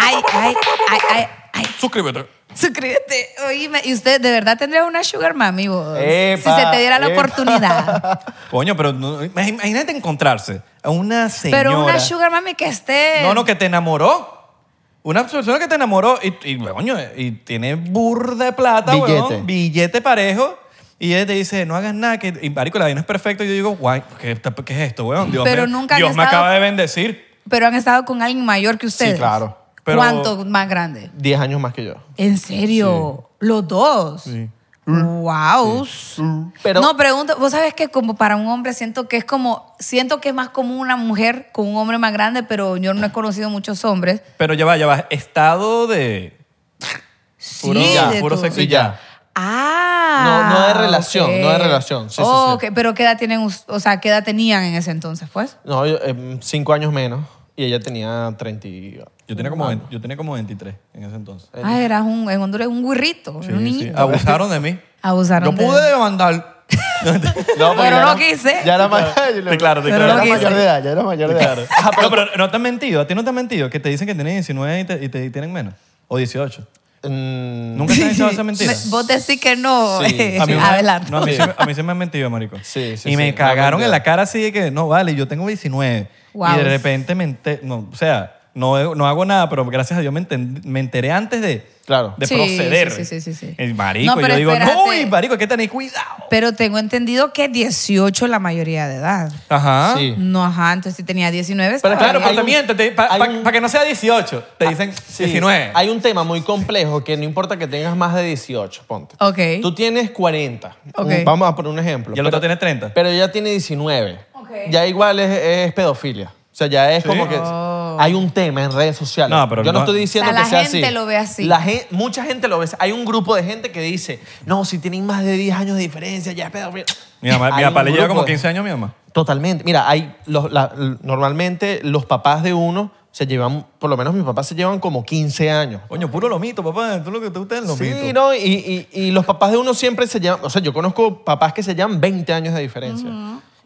C: Ay, ay, ay, ay, ay.
B: Suscríbete.
C: Suscríbete. Oíme, y usted de verdad tendría una sugar mami vos.
A: Epa,
C: si se te diera la
A: epa.
C: oportunidad.
B: Coño, pero no- imag- imagínate encontrarse a una señora...
C: Pero una sugar mami que esté.
B: No, no, que te enamoró. Una persona que te enamoró y, y, coño, y tiene burda de plata,
A: Billete.
B: weón, billete parejo. Y ella te dice, no hagas nada, que y, marico, la vaina es perfecta. Y yo digo, guay, ¿qué, está- qué es esto, weón? Dios,
C: Pero
B: me,
C: nunca han
B: Dios me
C: estado-
B: acaba de bendecir.
C: Pero han estado con alguien mayor que ustedes.
A: claro.
B: Pero-
C: ¿Cuánto más grande?
A: 10 años más que yo.
C: ¿En serio? ¿Los dos?
B: Sí.
C: Wow.
A: Pero-
C: no, pregunto, vos sabes que como para un hombre siento que es como, siento que es más común una mujer con un hombre más grande, pero yo no he conocido muchos hombres.
B: Pero ya va, ya va. Estado de...
C: Sí,
B: Puro,
A: ya,
C: de
B: puro
C: todo.
B: sexo Pues y
A: Y
B: ya.
A: ya.
C: Ah.
A: No, no de relación,
C: ok.
A: no de relación, sí, sí,
C: Oh,
A: sí.
C: ok, Pero ¿qué edad tienen, us- o sea, qué edad tenían en ese entonces, pues?
A: No, 5 años menos y ella tenía 30. y-
B: Yo tenía, como, 20 yo tenía como 23 en ese entonces.
C: Ah, eras un, en Honduras un guirrito,
B: Sí,
C: un
B: sí,
C: niñito.
B: Abusaron de mí.
C: Abusaron
B: Yo
C: de-
B: pude demandar.
A: No, porque
C: Pero
A: ya
C: no
A: era-
C: quise.
A: Ya era mayor.
B: Te claro, te
A: Ya
B: claro.
C: Pero no
A: era
C: quise.
A: mayor de edad, ya era mayor de edad.
C: Ah,
B: Ajá, pero, no, pero no te han mentido, a ti no te han mentido, que te dicen que tienes 19 y, te, y te- y tienen menos, o 18.
A: Mm,
B: Nunca te han echado esa mentira.
C: Me- Vos decís que no,
A: Sí.
C: eh,
B: A mí, una-
C: adelante.
B: no, a, mí sí, a mí sí me han mentido, marico.
A: Sí, sí,
B: y
A: sí,
B: me
A: me han
B: cagaron en
A: mentido.
B: la cara así de que, no, vale, yo tengo 19.
C: Guau.
B: Y de repente me ente- no, o sea, no, no hago nada, pero gracias a Dios me, enten- me enteré antes de,
A: Claro.
B: de
C: Sí,
B: proceder.
C: sí, sí, sí, sí.
B: El marico,
C: No, pero
B: yo digo,
C: espérate.
B: no, y marico, hay que tener cuidado.
C: Pero tengo entendido que 18 la mayoría de edad.
B: Ajá.
A: Sí.
C: No, ajá, entonces si tenía 19
A: Pero
C: estaba
B: Claro,
C: bien.
B: pero
A: Hay
B: te
A: un-
B: mienten, te- pa-
A: hay
B: pa-
A: un-
B: para que no sea 18, te dicen
A: Ah, Sí,
B: 19.
A: Hay un tema muy complejo que no importa que tengas más de 18, ponte.
C: Ok.
A: Tú tienes 40.
C: Ok.
A: Un- Vamos a poner un ejemplo.
B: Y el otro tiene 30.
A: Pero ya tiene 19.
C: Ok.
A: Ya igual es, es pedofilia. O sea, ya es como que hay un tema en redes sociales.
B: No, pero
A: Yo no,
B: no-
A: estoy diciendo
C: Oh. O sea,
A: que sea
C: la gente
A: así.
C: lo ve así.
A: La gen- mucha gente lo ve así. Hay un grupo de gente que dice, no, si tienen más de 10 años de diferencia, ya es pedofilia.
B: Mi, mamá, mi
A: Hay un
B: papá le lleva
A: grupo
B: como
A: de-
B: 15 años a mi mamá.
A: Totalmente. Mira, hay los- la- normalmente los papás de uno se llevan, por lo menos mis papás se llevan como 15 años.
B: Coño, puro lomito, papá. Tú lo que te gusta es el lomito.
A: Sí, ¿no? Y, y- y los papás de uno siempre se llevan, o sea, yo conozco papás que se llevan 20 años de diferencia.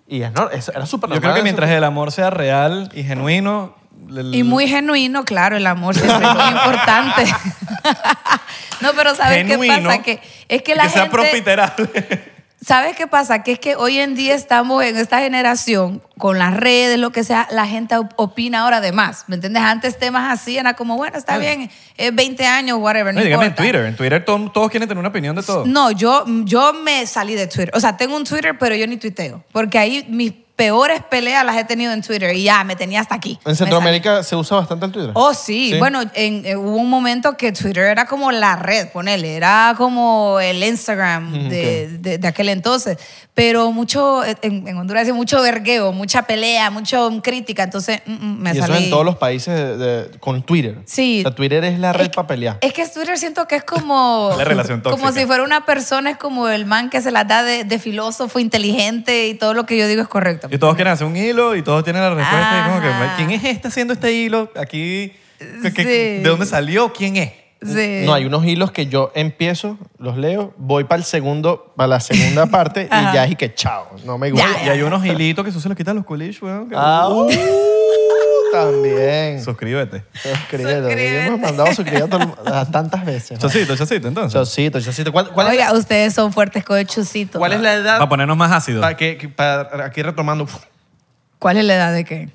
A: Y es, no, es- era súper
B: Yo creo
A: normal
B: que
A: eso.
B: mientras el amor sea real y genuino. el-
C: Y muy genuino, claro, el amor siempre es muy importante. no, pero ¿sabes qué
B: Genuino,
C: pasa? Que es que
B: que
C: la
B: sea
C: gente...
B: profiterable.
C: ¿Sabes qué pasa? Que es que hoy en día estamos en esta generación, con las redes, lo que sea, la gente op- opina ahora de más. ¿Me entiendes? Antes temas así era como, bueno, está bien, es 20 años, whatever. No,
B: No, y dígame en
C: importa.
B: Twitter. En Twitter todo- todos quieren tener una opinión de todo.
C: No, yo, yo me salí de Twitter. O sea, tengo un Twitter, pero yo ni tuiteo. Porque ahí mis peores peleas las he tenido en Twitter y ya me tenía hasta aquí. Me
A: En Centroamérica se usa bastante el Twitter.
C: Oh, sí. Bueno, en- eh, hubo un momento que Twitter era como la red, ponele, era como el Instagram de, de- de aquel entonces. Pero mucho, eh, en, en Honduras decía mucho vergueo, mucha pelea, mucho mm, crítica. Entonces, mm, mm, me
A: y eso
C: salí.
A: es en todos los países de- de- con Twitter.
C: Sí.
A: O sea, Twitter es la red para pelear.
C: Es que Twitter siento que es como.
B: La relación tóxica.
C: Como si fuera una persona, es como el man que se la da de, de filósofo, inteligente y todo lo que yo digo es correcto.
B: Y todos quieren hacer un hilo y todos tienen la respuesta. Y como que,
C: Ajá.
B: ¿quién es este haciendo este hilo? Aquí, ¿qué- qué-
C: Ah. Sí.
B: ¿de dónde salió? ¿Quién es?
C: Sí.
A: No, hay unos hilos que yo empiezo, los leo, voy para el segundo, para la segunda parte y ya es y que chao, no me gusta.
C: Ya,
B: Y hay unos hilitos que eso se los quitan los coolish, weón. que-
A: Ah, uh,
B: Uh,
A: también.
B: Suscríbete.
A: Suscríbete.
C: Suscríbete.
A: Hemos mandado suscribir a todo el mu- a tantas veces. ¿no?
B: Chocito, chocito, entonces.
A: Chocito, chocito. ¿Cuál, cuál es,
C: Oiga, ustedes son fuertes con el chucito.
A: cuál es la edad?
B: Para ponernos más ácidos.
A: pa' que, que- pa- aquí retomando.
C: ¿Cuál es la edad de qué?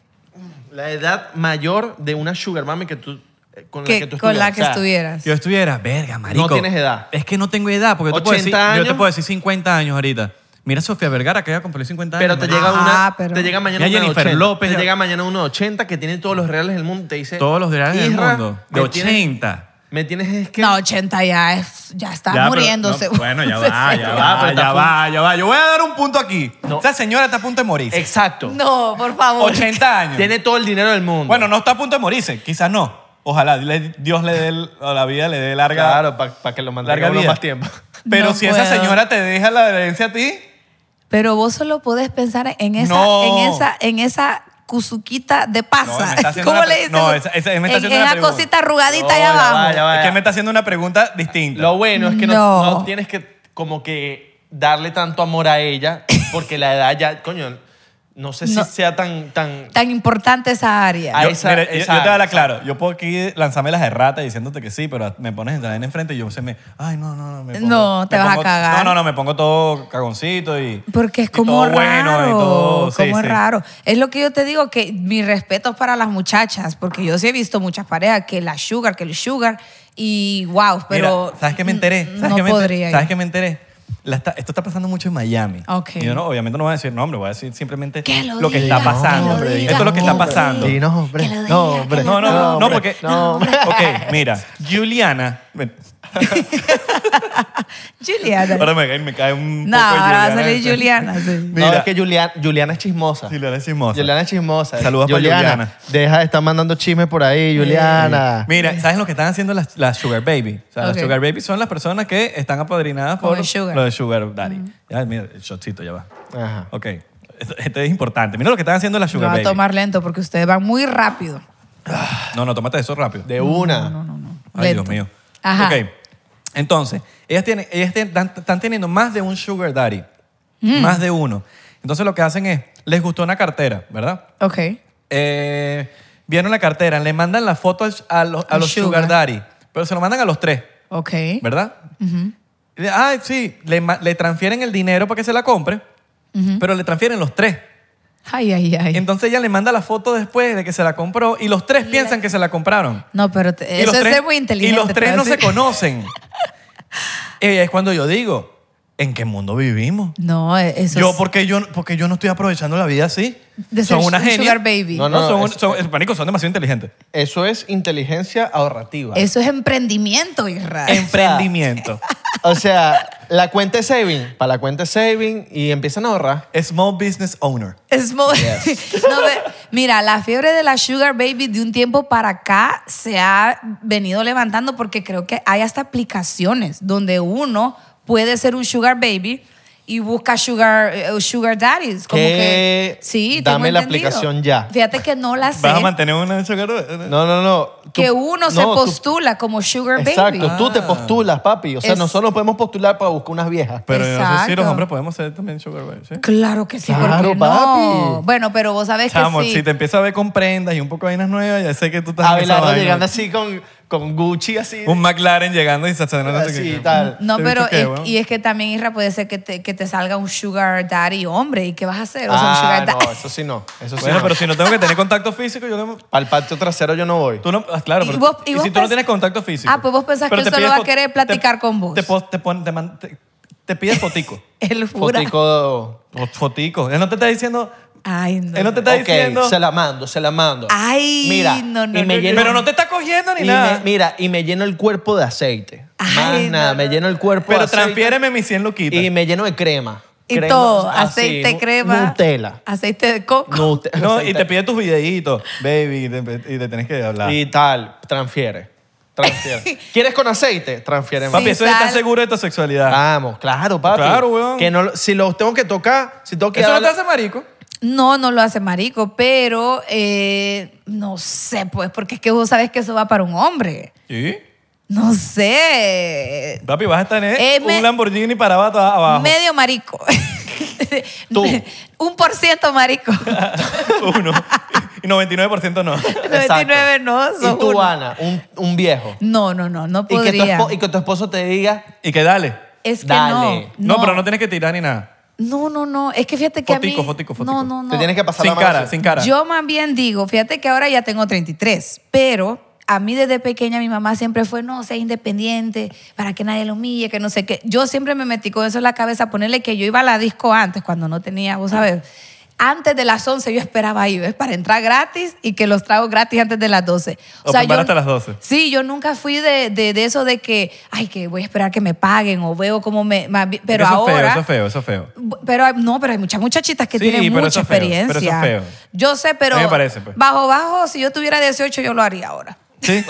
A: La edad mayor de una sugar mami que tú, eh, con la
C: Que-
A: que tú
C: con la que
A: estuvieras. O sea,
C: estuvieras.
B: Si yo estuviera, verga, marico.
A: No tienes edad.
B: Es que no tengo edad, porque yo te
A: 80
B: puedo decir, yo te
A: años.
B: puedo decir 50 años ahorita. Mira a Sofía Vergara, que ya cumplió 50
A: Pero
B: años.
A: te
B: marico.
A: llega,
C: Ajá,
A: una,
C: Ah, pero-
A: te llega mañana
B: Mira
A: una de
B: Jennifer
A: 80.
B: López,
A: Te
B: ya-
A: llega mañana una de 80 que tiene todos los reales del mundo. Te dice.
B: Todos los reales del
A: "Isra,
B: mundo, de
A: me tienes-
B: 80".
A: me tienes es que.
C: No, 80 ya, es- ya está
B: Ya, pero-
C: muriéndose.
B: no, bueno, ya
C: Se-
B: va, ya
A: No,
B: va,
A: pero está
B: ya
A: a
B: va, ya va. Yo voy a dar un punto aquí.
A: No.
B: Esa señora está a punto de morirse.
A: Exacto.
C: No, por favor.
B: 80 años.
A: Tiene todo el dinero del mundo.
B: Bueno, no está a punto de morirse, quizás no. Ojalá le- Dios le dé el- o la vida, le dé larga,
A: Claro, para que lo mantenga
B: larga
A: uno
B: vida.
A: más tiempo.
B: Pero
C: No
B: si esa
C: puedo.
B: señora te deja la herencia a ti,
C: Pero vos solo podés pensar en esa,
B: No.
C: en esa, en esa cuzuquita de
B: No, me
C: pasa.
B: está haciendo
C: ¿Cómo
B: una
C: le
B: pre-
C: dicen?
B: no, esa- esa- me está
C: en
B: haciendo una
C: esa
B: pregunta.
C: cosita arrugadita allá
A: No, ya va,
C: abajo.
A: ya va.
B: es que me está haciendo una pregunta distinta.
A: Lo bueno es que no.
C: No.
A: no tienes que como que darle tanto amor a ella porque la edad ya, coño, no sé si
C: No.
A: sea tan, tan...
C: Tan importante esa área.
A: a
B: yo,
A: esa-
B: mira, yo-
A: esa-
B: yo te voy a dar claro. Yo puedo aquí lanzarme las erratas diciéndote que sí, pero me pones en la arena enfrente y yo se me. Ay, no, no, no. me pongo-
C: No, te
B: me
C: vas a
B: pongo-
C: cagar.
B: No, no, no, me pongo todo cagoncito y.
C: Porque es
B: y
C: como
B: todo
C: raro.
B: Bueno y todo, sí,
C: como
B: sí.
C: raro. Es lo que yo te digo, que mis respetos para las muchachas, porque yo sí he visto muchas parejas que la sugar, que el sugar, y wow,
B: Mira,
C: pero.
B: ¿Sabes qué me enteré?
C: n-
B: ¿Sabes
C: no
B: qué me
C: podría.
B: enteré?
C: yo.
B: ¿Sabes qué me enteré? La está- esto está pasando mucho en Miami.
C: Ok.
B: Y yo no, obviamente no voy a decir nombre, voy a decir simplemente
C: Que lo
B: que
C: diga,
B: está pasando.
C: que lo diga,
B: esto es lo que está
C: hombre.
B: pasando.
A: Sí, no, hombre.
C: Que lo diga,
A: No,
C: que
A: hombre.
C: lo
B: No, no, no, no,
A: hombre.
B: porque.
A: No, hombre.
B: Ok, mira, Juliana. ven,
C: Juliana.
B: Ahora me, cae- me cae un.
C: No,
B: poco de
C: ahora va a
B: Juliana
C: salir
B: ese.
C: Juliana, sí.
A: No,
B: Mira.
A: es que Juliana, Juliana es chismosa.
B: Juliana es chismosa.
A: Juliana es chismosa.
B: Saludos para Juliana.
A: Deja de estar mandando chismes por ahí, Juliana.
B: Mira, ¿sabes lo que están haciendo las, las Sugar Baby? O sea,
C: Ok.
B: las Sugar Baby son las personas que están apadrinadas
C: Con
B: por
C: el sugar.
B: lo de Sugar Daddy. Ya, mira, el shotcito ya va.
A: Ajá.
B: Ok. Esto- Esto es importante. Mira lo que están haciendo las
C: No
B: Sugar
C: va a
B: Baby.
C: tomar lento porque ustedes van muy rápido.
B: No, no, tómate eso rápido.
A: De una.
B: Ay,
C: Lento.
B: Dios mío.
C: Ajá.
B: Ok. Entonces, ellas, tienen, ellas tienen- dan- están teniendo más de un sugar daddy. Más de uno. Entonces, lo que hacen es, les gustó una cartera, ¿verdad?
C: Ok.
B: Eh, vieron la cartera, le mandan la foto al- a los, a
C: Al
B: los
C: sugar.
B: sugar. daddy, pero se lo mandan a los tres,
C: Ok.
B: ¿verdad? Y de- Ay, sí, le, ma- le transfieren el dinero para que se la compre, pero le transfieren los tres.
C: Ay, ay, ay.
B: Entonces ella le manda la foto después de que se la compró y los tres piensan que se la compraron.
C: No, pero te-
B: Y
C: eso
B: los
C: es
B: tres-
C: ser muy inteligente.
B: Y los tres
C: te
B: no
C: voy a
B: se
C: decir.
B: conocen. Eh, es cuando yo digo, ¿en qué mundo vivimos?
C: No, eh, eso
B: Yo
C: es-
B: porque, yo, porque yo no estoy aprovechando la vida así.
C: De
B: son
C: ser
B: una
C: un
B: genia.
C: sugar baby.
B: No, no,
A: No, no,
B: son,
A: es-
B: son- marico, son demasiado inteligentes.
A: Eso es inteligencia ahorrativa.
C: Eso es emprendimiento, Israel.
B: Emprendimiento.
A: O sea, la cuenta de saving, para la cuenta de saving y empiezan a ahorrar.
B: Small business owner.
C: Es mo- No, ve- mira, la fiebre de la sugar baby de un tiempo para acá se ha venido levantando porque creo que hay hasta aplicaciones donde uno puede ser un sugar baby y busca sugar, eh, sugar daddies. Como
A: ¿Qué?
C: que, sí,
A: Dame
C: tengo
A: la
C: entendido.
A: aplicación ya.
C: Fíjate que no la sé.
B: ¿Vas a mantener una sugar Eh, baby?
A: No, no, no. Tú-
C: Que uno se
A: no, tú-
C: postula como sugar baby.
A: Exacto, tú
B: Ah.
A: te postulas, papi. O sea,
C: Es-
A: nosotros nos podemos postular para buscar unas viejas.
B: Pero yo no sé si los
C: Exacto.
B: hombres podemos ser también sugar baby. ¿sí?
C: Claro que sí,
A: Claro,
C: porque no.
A: papi.
C: Bueno, pero vos sabés
B: Chamo,
C: que sí.
B: si te empieza a ver con prendas y un poco de vainas nuevas, ya sé que tú estás en esa
A: Abelardo
B: vaina.
A: llegando así con, con Gucci, así.
B: Un McLaren llegando y se haciendo no sé
A: Así,
B: qué.
A: tal.
C: No,
B: ¿Te
C: pero
B: viste qué,
C: es-
B: weón?
C: y es que también Isra puede ser que te, que te salga un sugar daddy hombre y qué vas a hacer, o sea, un
A: ah,
C: sugar daddy.
A: no, eso sí no. Eso sí
B: Bueno,
A: no.
B: pero si no tengo que tener contacto físico, yo le...
A: Para el patio trasero yo no voy.
B: Tú no, ah, claro,
C: Y
B: pero
C: vos- y
B: y
C: vos
B: si tú no
C: pens-
B: tienes contacto físico.
C: Ah, pues vos pensás
B: Pero te
C: que él solo
B: pide
C: va a
B: fo-
C: querer
B: te-
C: platicar con vos.
B: Te, pon- te, pon- te, man- te- te pide fotico.
C: Él jura.
A: Fotico.
B: Fo- fotico. Él no te está diciendo...
C: Ay, no.
B: Él no te está
A: Ok,
B: diciendo...
A: se la mando, se la mando.
C: Ay,
A: Mira,
C: no, no,
A: y me
C: no,
A: lleno-
B: Pero no te está cogiendo ni
A: y
B: nada.
A: me- mira, y me lleno el cuerpo de aceite. Más
C: Ay, no,
A: nada,
C: no,
A: me lleno el cuerpo de
B: pero
A: aceite.
B: transfiéreme mis 100 luquitas.
A: Y me lleno de crema.
C: Y
A: Crema,
C: todo,
A: así,
C: aceite,
A: nu-
C: crema.
A: Nutella.
C: Aceite de coco.
A: Nut-
B: no,
A: aceite.
B: y te pide tus videitos, baby, y te, y te tenés que hablar.
A: Y tal, transfiere. Transfiere. ¿Quieres con aceite? Transfiere más.
B: Papi, eso es estar
C: sal.
B: seguro de tu sexualidad.
A: Vamos, claro, papi.
B: Claro, weón.
A: Que no, lo- si los tengo que tocar, si tengo que
B: eso no te
A: darle-
B: hace marico.
C: No, no lo hace marico, pero eh, no sé, pues, porque es que vos sabés que eso va para un hombre.
B: Sí.
C: No sé.
B: Papi, vas a tener
C: Eh, me-
B: un Lamborghini parado ato- abajo.
C: Medio marico.
A: Tú.
C: Un por ciento marico.
B: Uno. Y 99% no.
A: Exacto.
C: 99 no, son
A: Y tú,
C: uno.
A: Ana, un, un viejo.
C: No, no, no, no
A: Y que, tu
C: podría.
A: espo- y que tu esposo te diga,
B: Y que dale.
C: Es que
A: Dale.
C: no.
B: No, pero no tienes que tirar ni nada.
C: No, no, no. Es que fíjate que a
B: Fotico,
C: mí...
B: fotico, fotico.
C: No, no, no.
A: te tienes que pasar
B: Sin
A: la mano
B: cara,
A: así.
B: sin cara.
C: Yo más bien digo, fíjate que ahora ya tengo 33, pero a mí desde pequeña mi mamá siempre fue, no, sea independiente, para que nadie lo humille, que no sé qué. Yo siempre me metí con eso en la cabeza, ponerle que yo iba a la disco antes, cuando no tenía, vos sabes. Antes de las 11 yo esperaba ahí, ¿ves? Para entrar gratis y que los tragos gratis antes de las 12.
B: Open bar hasta las 12.
C: Sí, yo nunca fui de, de, de eso de que, ay, que voy a esperar que me paguen o veo cómo me... más bien- Pero
B: eso
C: ahora...
B: es feo, eso es feo, eso es feo.
C: Pero hay- no, pero hay muchas muchachitas que
B: Sí,
C: tienen
B: pero
C: mucha
B: eso es feo,
C: experiencia.
B: pero eso es feo.
C: Yo sé, pero
B: A mí me parece, pues.
C: bajo bajo, si yo tuviera 18 yo lo haría ahora.
B: Sí.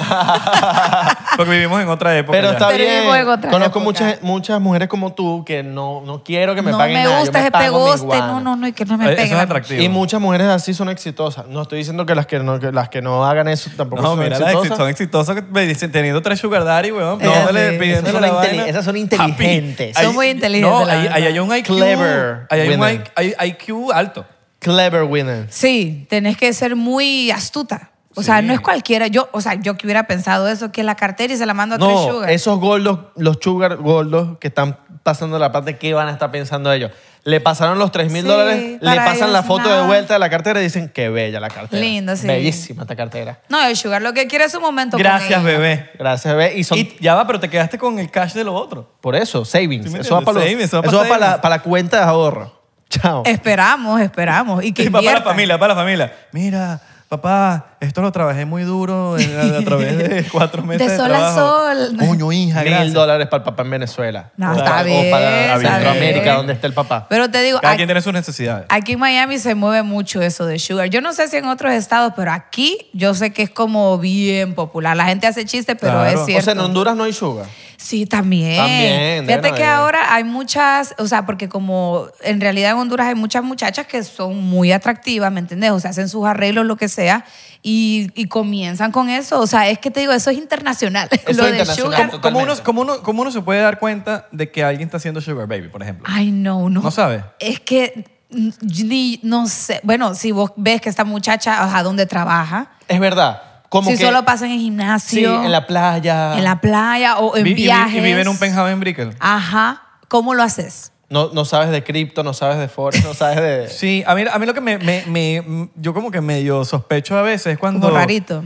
B: Porque vivimos en otra época.
A: Pero
B: ya.
A: está
C: Pero
A: bien.
C: vivo en otra
A: Conozco
C: época.
A: muchas, muchas mujeres como tú que no, no quiero que me
C: no
A: paguen
C: me
A: nada, yo
C: gusta ese
A: pago mis
C: pegoste,
A: guanas.
C: no, no, no, y que no me
B: Eso
C: peguen.
B: es atractivo.
A: Y muchas mujeres así son exitosas. No estoy diciendo que las que no, que las que no hagan eso tampoco
B: No,
A: son
B: mira, las
A: exitosas.
B: exit- son exitosas que me dicen, teniendo tres sugar daddy, weón.
C: Eh,
B: No, dale,
C: sí.
B: pidiéndole
A: Esas son
B: la
A: inteli-
B: vaina.
A: esas son
B: Papi,
A: inteligentes.
B: ahí-
C: Son muy inteligentes,
B: No,
C: la
B: ahí, ahí
C: verdad.
B: hay un IQ.
A: Clever
B: Ahí hay un
A: women.
B: IQ, hay IQ alto.
A: Clever women.
C: Sí, tenés que ser muy astuta. O sea,
B: Sí.
C: no es cualquiera. Yo, o sea, yo que hubiera pensado eso, que la cartera y se la mando a tres
A: No,
C: sugar.
A: esos gordos, los sugar gordos que están pasando la parte, ¿qué van a estar pensando ellos? Le pasaron los 3 mil
C: Sí,
A: dólares, le
C: para
A: pasan la
C: ellos
A: foto
C: nada.
A: de vuelta de la cartera y dicen, qué bella la cartera.
C: Lindo, sí.
A: Bellísima esta cartera.
C: No, el sugar lo que quiere es un momento con
B: Gracias,
C: ella.
B: bebé.
A: Gracias, bebé. Y son
B: Y ya va, pero te quedaste con el cash de los otros.
A: Por eso, savings.
B: Sí, me
A: eso va
B: entiendes,
A: para, los-
B: savings,
A: eso
B: eso va
A: va
B: para
A: para, la,
B: savings.
A: para la cuenta de ahorro. Chao.
C: Esperamos, esperamos. Y que
B: Y para la
C: inviertan.
B: familia, para la familia. Mira, papá, esto lo trabajé muy duro en- a, a través de cuatro meses de,
C: De sol a
B: trabajo.
C: sol.
B: Coño, hija,
A: Mil
B: gracias.
A: dólares para el papá en Venezuela.
C: No,
A: O
C: está
A: para-
C: bien,
A: O para
B: está bien.
A: Centroamérica, donde está el papá.
C: Pero te digo,
B: Cada
C: aquí-
B: quien tiene sus necesidades.
C: Aquí en Miami se mueve mucho eso de sugar. Yo no sé si en otros estados, pero aquí yo sé que es como bien popular. La gente hace chistes, pero
B: Claro.
C: es
A: o
C: cierto.
A: sea, en Honduras no hay sugar.
C: Sí, también.
A: También,
C: Fíjate
A: deben
C: que
A: haber.
C: ahora hay muchas, o sea, porque como en realidad en Honduras hay muchas muchachas que son muy atractivas, ¿me entendés? O sea, hacen sus arreglos, lo que sea, y, y comienzan con eso. O sea, es que te digo, eso es internacional.
A: Eso
C: lo
A: es
C: de
A: internacional.
C: sugar.
A: Totalmente.
B: ¿Cómo uno, cómo uno- cómo uno se puede dar cuenta de que alguien está haciendo Sugar Baby, por ejemplo?
C: Ay, no, Ah, no.
B: ¿No sabe?
C: Es que mm, ni, no sé. Bueno, si vos ves que esta muchacha, ajá, ¿dónde trabaja?
A: Es verdad. Como
C: si
A: que,
C: solo pasan en
A: Sí,
C: gimnasio,
A: en la playa.
C: en la playa o en
B: Vi- y vi-
C: viajes. Ah.
B: Y, vive en un penthouse en Brickell.
C: Ajá. ¿Cómo lo haces?
A: No, no sabes de cripto, no sabes de forex, no sabes de...
B: Sí, a mí, a mí lo que me, me- me- Yo como que medio sospecho a veces es cuando...
C: Como rarito.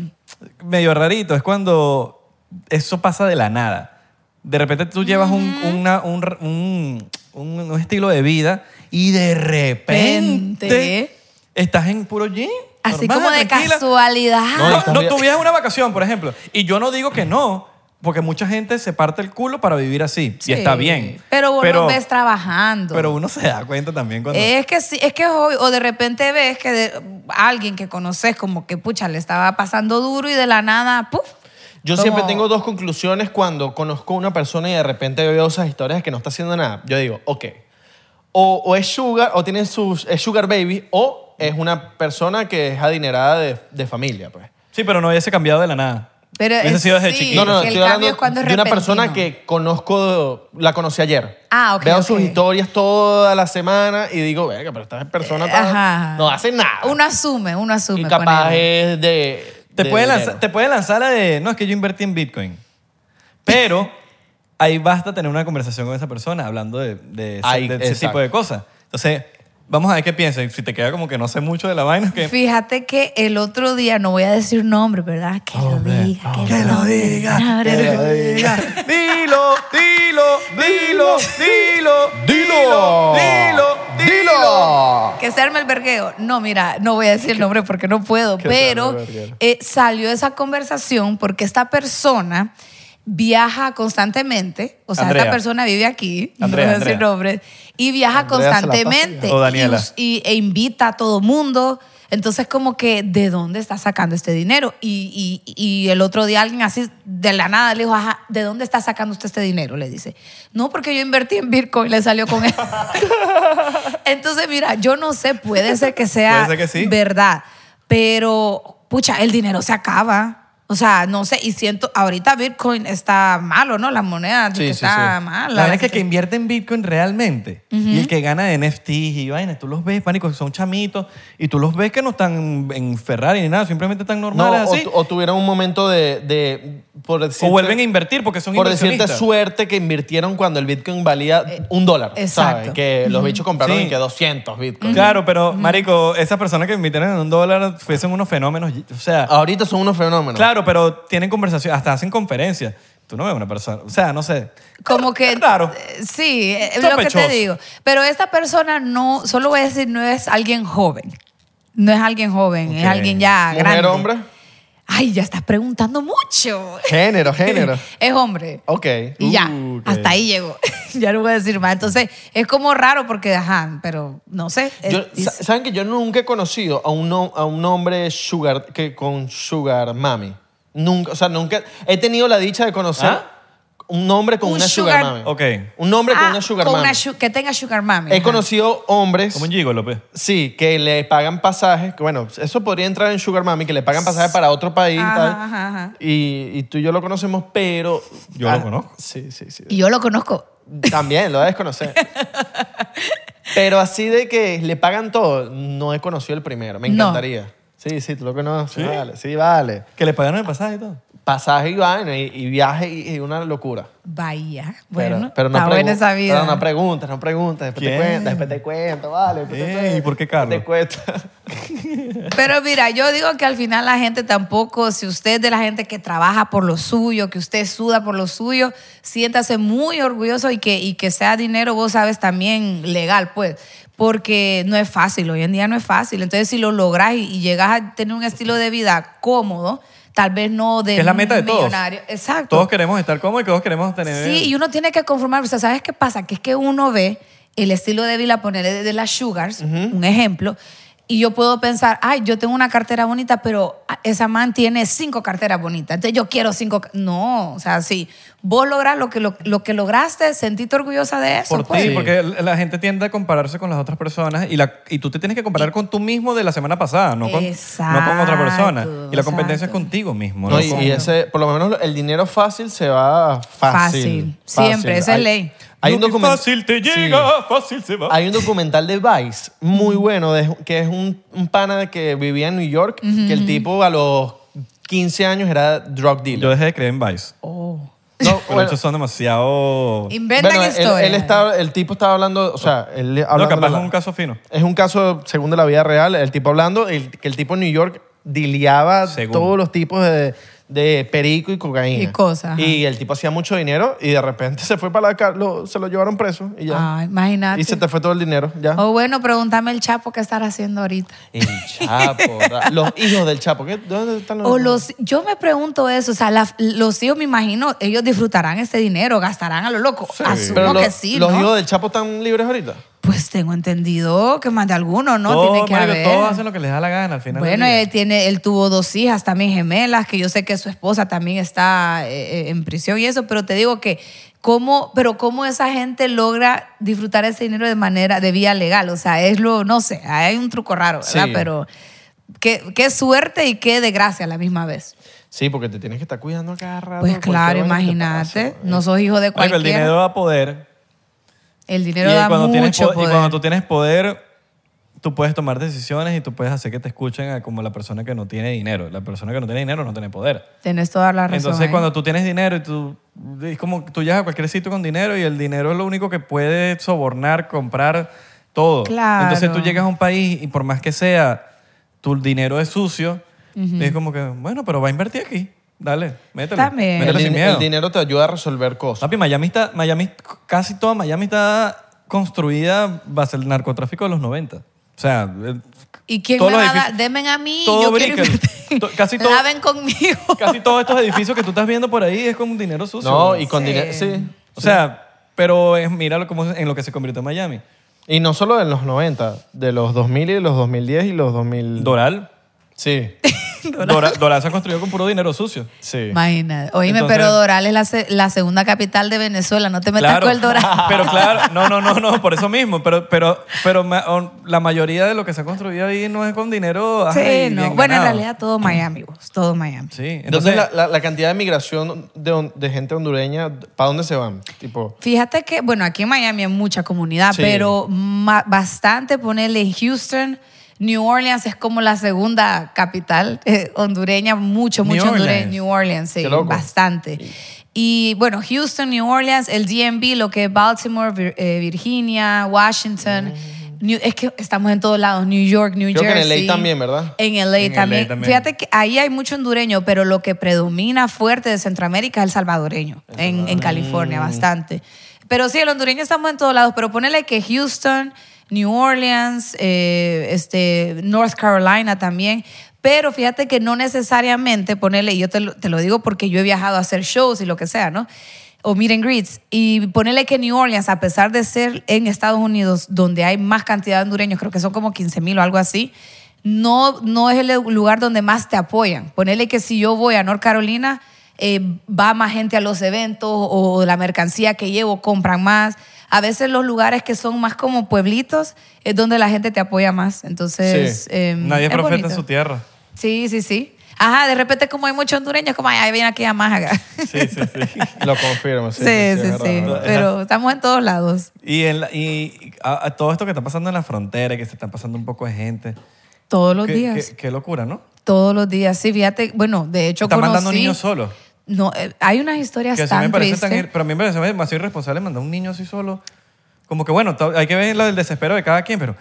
B: medio rarito es cuando eso pasa de la nada. De repente tú llevas un, una- un, r- un- un- un estilo de vida y de repente
C: Pente.
B: estás en puro gym.
C: Así
B: normal,
C: como de
B: tranquila.
C: casualidad. Ah,
A: No,
B: No,
A: estás
B: no
A: bien.
B: tuvieras una vacación, por ejemplo. Y yo no digo que no, porque mucha gente se parte el culo para vivir así.
C: Sí,
B: Y está bien.
C: Pero vos lo ves trabajando.
B: pero uno se da cuenta también cuando...
C: Es que sí, es que es obvio. O de repente ves que de- alguien que conoces como que, pucha, le estaba pasando duro y de la nada, ¡puf!
A: Yo
C: Como-
A: siempre tengo dos conclusiones cuando conozco a una persona y de repente veo esas historias de que no está haciendo nada. Yo digo, ok, o, o es sugar, o tiene sus, es sugar baby, o es una persona que es adinerada de, de familia, pues.
B: Sí, pero no hubiese cambiado de la nada.
C: Pero
B: Hubiese
C: es-
B: sido desde
C: sí.
B: chiquito.
A: No, no, no,
C: que el
A: estoy hablando
C: cambio es cuando es
A: de una
C: repentino.
A: persona que conozco, la conocí ayer.
C: Ah, ok,
A: Veo
C: ok.
A: sus historias toda la semana y digo, venga, pero esta persona
C: Eh,
A: tal,
C: ajá.
A: no hace nada.
C: Uno asume, uno asume.
A: y capaz
C: ponele.
A: es de...
B: Te
A: de
B: puede,
A: dinero.
B: lanzar, te puede lanzar la de, no, es que yo invertí en Bitcoin. Pero ahí basta tener una conversación con esa persona hablando de, de ese,
A: Ahí,
B: de ese
A: exacto.
B: tipo de cosas. Entonces, vamos a ver qué piensa. Y Si te queda como que no sé mucho de la vaina, que...
C: Fíjate que el otro día, no voy a decir nombre, ¿verdad? Que lo diga, que,
B: Que lo diga, que lo diga. Dilo, dilo, dilo, dilo, dilo, dilo, dilo.
C: Que se arme el vergueo. No, mira, no voy a decir el nombre porque no puedo,
A: se arme el
C: pero
A: verguero.
C: eh, salió esa conversación porque esta persona viaja constantemente, o sea,
B: Andrea.
C: esta persona vive aquí,
B: Andrea,
C: no voy a decir
B: Andrea.
C: nombres, y viaja
A: Andrea se la pasa
C: constantemente
B: ya. O Daniela.
C: y us- y- e invita a todo mundo. Entonces, como que, ¿de dónde está sacando este dinero? Y, y- y el otro día alguien así, de la nada, le dijo, ajá, ¿de dónde está sacando usted este dinero? Le dice, no, porque yo invertí en Bitcoin, le salió con él. Entonces, mira, yo no sé, puede ser que sea
B: Puede ser que sí.
C: verdad, pero pucha, el dinero se acaba. O sea, no sé, y siento, ahorita Bitcoin está malo, ¿no? La moneda
A: Sí,
C: que
A: sí,
C: está
A: sí.
C: mala.
B: La verdad es que el que invierte en Bitcoin realmente y el que gana de NFTs y vainas, tú los ves, pánico, son chamitos y tú los ves que no están en Ferrari ni nada, simplemente están
A: No,
B: normales
A: o,
B: así.
A: tu- o tuvieron un momento de, de- por decirte,
B: O vuelven a invertir porque son
A: por decirte
B: inversionistas.
A: suerte que invirtieron cuando el Bitcoin valía un dólar,
C: Eh, exacto.
A: ¿sabes? Que los bichos compraron
B: Sí.
A: y que 200 Bitcoin.
B: Claro, pero, marico, esas personas que invitaron en un dólar fuesen unos fenómenos. O sea,
A: Ahorita son unos fenómenos.
B: claro, pero tienen conversación, hasta hacen conferencias. Tú no ves una persona, o sea, no sé.
C: Como que.
B: Claro.
C: eh, Sí, es lo que te
B: Sospechoso.
C: digo. Pero esta persona no, solo voy a decir, no es alguien joven. No es alguien joven, es
B: Ok.
C: alguien ya
A: ¿Mujer,
C: Ah, grande.
A: hombre?
C: Ay, ya estás preguntando mucho.
A: Género, género.
C: Es hombre.
A: ok.
C: Y ya,
B: Uh, ok.
C: hasta ahí llegó. ya no voy a decir más. Entonces, es como raro porque, ajá, pero no sé. es-
A: Yo-
C: dice-
A: sa- ¿Saben que yo nunca he conocido a un, hom- a un hombre sugar, que, con sugar mami? Nunca, o sea, nunca. He tenido la dicha de conocer
B: ¿Ah?
A: un hombre con
C: Un
A: una sugar,
C: sugar-
A: mami.
B: Ok.
A: Un hombre con
C: Ah,
A: una sugar
C: con
A: mami.
C: una su- que tenga sugar mami.
A: He
C: ajá.
A: conocido hombres.
B: Como un pues, Gigo López.
A: Sí, que le pagan pasajes. que Bueno, eso podría entrar en Sugar Mami, que le pagan pasajes para otro país.
C: Ajá,
A: tal.
C: ajá, ajá.
A: Y, y tú y yo lo conocemos, pero...
B: Yo lo conozco.
A: Sí, sí, sí.
C: Y yo lo conozco.
A: También, lo debes conocer. pero así de que le pagan todo, no he conocido el primero. Me
C: No.
A: encantaría. Sí, sí, tú lo conoces.
B: ¿Sí?
A: Vale, sí, vale.
B: Que le pagaron el pasaje y todo.
A: Pasaje y vaina, y, y viaje y, y una locura.
C: Bahía.
A: Pero-
C: Bueno,
A: pero, no
C: está buena
A: pregun-
C: esa vida.
A: Pero no preguntas, no preguntas. Después
B: ¿Quién?
A: te cuento, después te cuento, vale. después te
B: Ey,
A: cuento,
B: ¿y por qué
A: después
B: Carlos?
A: Te cuento.
C: Pero mira, yo digo que al final la gente tampoco, si usted es de la gente que trabaja por lo suyo, que usted suda por lo suyo, siéntase muy orgulloso y que, y que sea dinero, vos sabes, también legal, pues. Porque no es fácil, hoy en día no es fácil. Entonces, si lo lográs y, y llegas a tener un estilo de vida cómodo, tal vez no de
B: Que es la meta de todos.
C: millonario. Exacto.
B: Todos queremos estar cómodos y todos queremos tener.
C: Sí, y uno tiene que conformarse. O sea, ¿sabes qué pasa? Que es que uno ve el estilo de vida, ponerle de, de las sugars, un ejemplo, y yo puedo pensar, ay, yo tengo una cartera bonita, pero esa man tiene cinco carteras bonitas, entonces yo quiero cinco. ca-". No, o sea, sí, vos lográs lo que, lo, lo que lograste, sentiste orgullosa de eso.
B: Por
C: pues.
B: ti, porque la gente tiende a compararse con las otras personas y, la, y tú te tienes que comparar con tú mismo de la semana pasada, no con, no con otra persona.
C: Exacto,
B: Y la competencia es
C: exacto.
B: contigo mismo.
A: No,
B: no
A: y,
B: con-
A: y ese, por lo menos el dinero fácil se va fácil.
C: Fácil, siempre, esa es
A: Hay-
C: ley.
A: Hay
B: Lo
A: un,
B: que
A: document-
B: fácil te
A: Sí.
B: llega, fácil se va.
A: hay un documental de Vice muy bueno, de- que es un, un pana de que vivía en New York, que el tipo a los 15 años era drug dealer.
B: Yo dejé de creer en Vice.
C: Oh.
A: No,
B: Pero
A: bueno,
B: esos son demasiado...
C: Inventan
A: bueno, él-
C: historias.
A: él estaba- el tipo estaba hablando, o sea, él
B: No,
A: hablando
B: capaz
A: la-
B: es un caso fino.
A: Es un caso, según de la vida real, el tipo hablando, el- que el tipo en New York diliaba
B: Según.
A: todos los tipos de, de perico y cocaína.
C: Y cosas, ajá.
A: Y el tipo hacía mucho dinero y de repente se fue para la cárcel, se lo llevaron preso y ya.
C: Ah, imagínate.
A: y se te fue todo el dinero, ya.
C: O bueno, pregúntame el Chapo qué estará haciendo ahorita.
A: El Chapo, ra- los hijos del Chapo. ¿qué? ¿Dónde están los
C: O los, yo me pregunto eso, o sea, la- los hijos me imagino, ellos disfrutarán este dinero, gastarán a lo loco. Asumo
A: Pero
C: que
A: los-
C: sí,
A: los
C: ¿no?
A: hijos del Chapo están libres ahorita.
C: Pues tengo entendido que más de alguno, ¿no?
B: Todos,
C: Tiene que
B: marico,
C: haber.
B: todos hacen lo que les da la gana al final.
C: Bueno, este,
B: del día.
C: él, tiene, él tuvo dos hijas también gemelas, que yo sé que su esposa también está eh, eh, en prisión y eso, pero te digo que cómo, pero cómo esa gente logra disfrutar ese dinero de manera, de vía legal, o sea, es lo, no sé, hay un truco raro, ¿verdad?
A: Sí.
C: Pero qué, qué suerte y qué desgracia a la misma vez.
A: Sí, porque te tienes que estar cuidando a cada rato.
C: Pues
A: cualquier
C: claro,
A: vaina que te
C: imagínate,
A: pase.
C: no sos hijo de
B: Marico,
C: cualquiera.
B: el dinero da poder.
C: El dinero
B: y,
C: da
B: cuando tienes
C: mucho
B: po- y
C: poder.
B: cuando tú tienes poder, tú puedes tomar decisiones y tú puedes hacer que te escuchen a como la persona que no tiene dinero. La persona que no tiene dinero no tiene poder.
C: Tienes toda la razón. ¿eh?
B: Entonces,
C: ahí.
B: cuando tú tienes dinero y tú... Es como tú llegas a cualquier sitio con dinero y el dinero es lo único que puede sobornar, comprar todo.
C: Claro.
B: Entonces, tú llegas a un país y por más que sea, tu dinero es sucio, es como que, bueno, pero va a invertir aquí. Dale, mételo.
C: También.
A: El,
B: Mételo sin
A: din-
B: miedo.
A: el dinero te ayuda a resolver cosas.
B: Papi, Miami está, Miami, casi toda Miami está construida base el narcotráfico de los 90. O sea, eh,
C: ¿Y quién
B: todos
C: me
B: los
C: va a dar?
B: edificios-
C: Denme a mí,
B: todo
C: yo quiero
B: brinca.
C: invertir.
B: To- casi todo-
C: Laven conmigo.
B: Casi todos estos edificios que tú estás viendo por ahí es con dinero sucio.
A: No,
B: güey.
A: y con
C: Sí.
A: dinero. Sí.
B: O sea, pero es, mira lo, cómo- en lo que se convirtió Miami.
A: Y no solo de los 90, de los 2000 y de los 2010 y los 2000.
B: Doral.
A: Sí,
B: Doral, Doral se ha construido con puro dinero sucio.
A: sí.
C: Imagínate. Oíme,
B: Entonces-
C: pero Doral es la, se- la segunda capital de Venezuela. No te metas con el Doral.
B: Pero claro, no, no, no, no, por eso mismo. Pero, pero, pero ma- o- la mayoría de lo que se ha construido ahí no es con dinero.
C: sí,
B: ay,
C: no.
B: bien
C: Bueno, en
B: ganado.
C: realidad todo Miami, vos, todo Miami.
B: Sí,
A: Entonces, la, la- la cantidad de migración de, hon- de gente hondureña, ¿para dónde se van? Tipo,
C: Fíjate que, bueno, aquí en Miami hay mucha comunidad,
A: Sí.
C: pero ma- bastante ponerle en Houston. New Orleans es como la segunda capital eh, hondureña, mucho,
B: New
C: mucho hondureño.
B: Orleans.
C: New Orleans, sí,
A: Qué loco.
C: bastante. Y bueno, Houston, New Orleans, el DMV, lo que es Baltimore, Vir- eh, Virginia, Washington. New- es que estamos en todos lados, New York, New
A: Mm. Creo que en
C: Jersey.
A: LA también, ¿verdad?
C: En LA,
B: En LA
C: también.
B: también.
C: Fíjate que ahí hay mucho hondureño, pero lo que predomina fuerte de Centroamérica es el salvadoreño, en, en California, bastante. Pero sí, el hondureño estamos en todos lados, pero ponele que Houston, New Orleans, eh, este, North Carolina también. Pero fíjate que no necesariamente, ponele, y yo te lo, te lo digo porque yo he viajado a hacer shows y lo que sea, ¿no? o meet and greets. Y ponele que New Orleans, a pesar de ser en Estados Unidos, donde hay más cantidad de hondureños, creo que son como 15 mil o algo así, no, no es el lugar donde más te apoyan. Ponele que si yo voy a North Carolina, eh, va más gente a los eventos o la mercancía que llevo, compran más. A veces los lugares que son más como pueblitos es donde la gente te apoya más. Entonces,
A: Sí.
C: eh,
B: Nadie es
C: es
B: profeta en
C: bonito.
B: su tierra.
C: Sí, sí, sí. Ajá, de repente como hay muchos hondureños, como, ay, ahí viene aquí a Májaga.
B: Sí, sí, sí.
A: lo confirmo. Sí,
C: Sí, sí, sí.
A: es verdad, es verdad.
C: Pero estamos en todos lados.
B: Y, en la- y a, a todo esto que está pasando en la frontera, que se está pasando un poco de gente.
C: Todos los
B: qué,
C: días.
B: Qué, qué locura, ¿no?
C: Todos los días. Sí, fíjate. Bueno, de hecho,
B: Están
C: conocí...
B: mandando niños solos.
C: No, eh, hay unas historias
B: Que así me
C: tan
B: parece tan
C: tristes.
B: ir- Pero a mí me parece demasiado irresponsable mandar un niño así solo. Como que bueno, to- hay que ver lo del desespero de cada quien, pero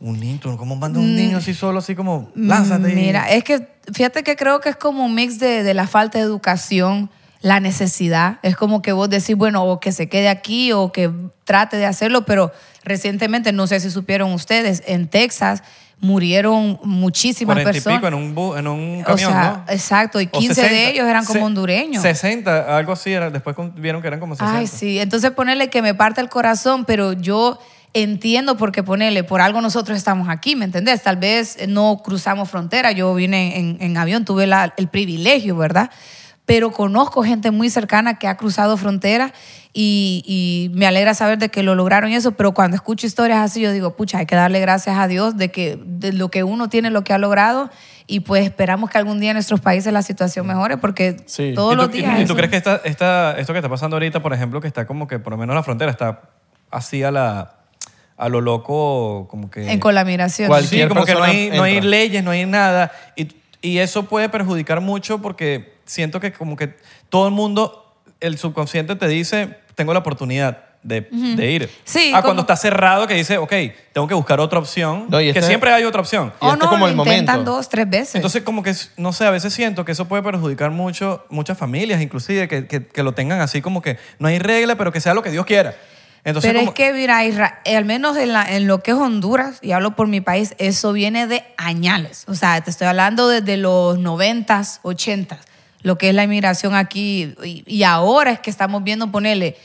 B: un niño, ¿tú ¿cómo manda un niño así solo, así como lánzate? y-
C: Mm. Mira, es que fíjate que creo que es como un mix de, de la falta de educación, la necesidad. Es como que vos decís, bueno, o que se quede aquí o que trate de hacerlo, pero recientemente, no sé si supieron ustedes, en Texas murieron muchísimas
B: Cuarenta y
C: personas.
B: pico en un, bu- en un camión,
C: o sea,
B: ¿no?
C: exacto, y
B: O
C: 15 de
B: 60,
C: ellos eran
B: se-
C: como hondureños.
B: 60, algo así, era, después con- vieron que eran como 60.
C: Ay, sí. Entonces ponerle que me parte el corazón, pero yo entiendo porque ponerle, por algo nosotros estamos aquí, ¿me entendés? Tal vez no cruzamos frontera, yo vine en, en avión, tuve la- el privilegio, ¿verdad? Pero conozco gente muy cercana que ha cruzado frontera y, y me alegra saber de que lo lograron y eso, pero cuando escucho historias así, yo digo, pucha, hay que darle gracias a Dios de que de lo que uno tiene, lo que ha logrado, y pues esperamos que algún día en nuestros países la situación mejore, porque
A: Sí.
C: todos
B: ¿Y tú,
C: los
B: y-
C: días...
B: ¿Y tú
C: eso-
B: crees que esta, esta- esto que está pasando ahorita, por ejemplo, que está como que por lo menos la frontera está así a la a lo loco, como que...
C: en con la migración.
A: ¿Cuál?
B: Sí,
A: Cualquier
B: como que no
A: persona
B: hay, no hay
A: entra.
B: leyes, no hay nada. Y, y eso puede perjudicar mucho porque siento que como que todo el mundo el subconsciente te dice, tengo la oportunidad de, de ir.
C: Sí,
B: A
C: como-
B: cuando está cerrado que dice, ok, tengo que buscar otra opción,
A: No, y
B: que
A: este-
B: siempre hay otra opción.
A: Y
C: o
A: este
C: Oh, no,
A: es como
C: lo
A: el
C: intentan
A: momento.
C: dos, tres veces.
B: Entonces, como que, es- no sé, a veces siento que eso puede perjudicar mucho, muchas familias, inclusive, que, que- que lo tengan así como que no hay regla, pero que sea lo que Dios quiera. Entonces,
C: Pero
B: como-
C: es que, mira, Isra- eh, al menos en, la- en lo que es Honduras, y hablo por mi país, eso viene de añales. O sea, te estoy hablando desde los 90s, 80s, lo que es la inmigración aquí. Y, y ahora es que estamos viendo, ponerle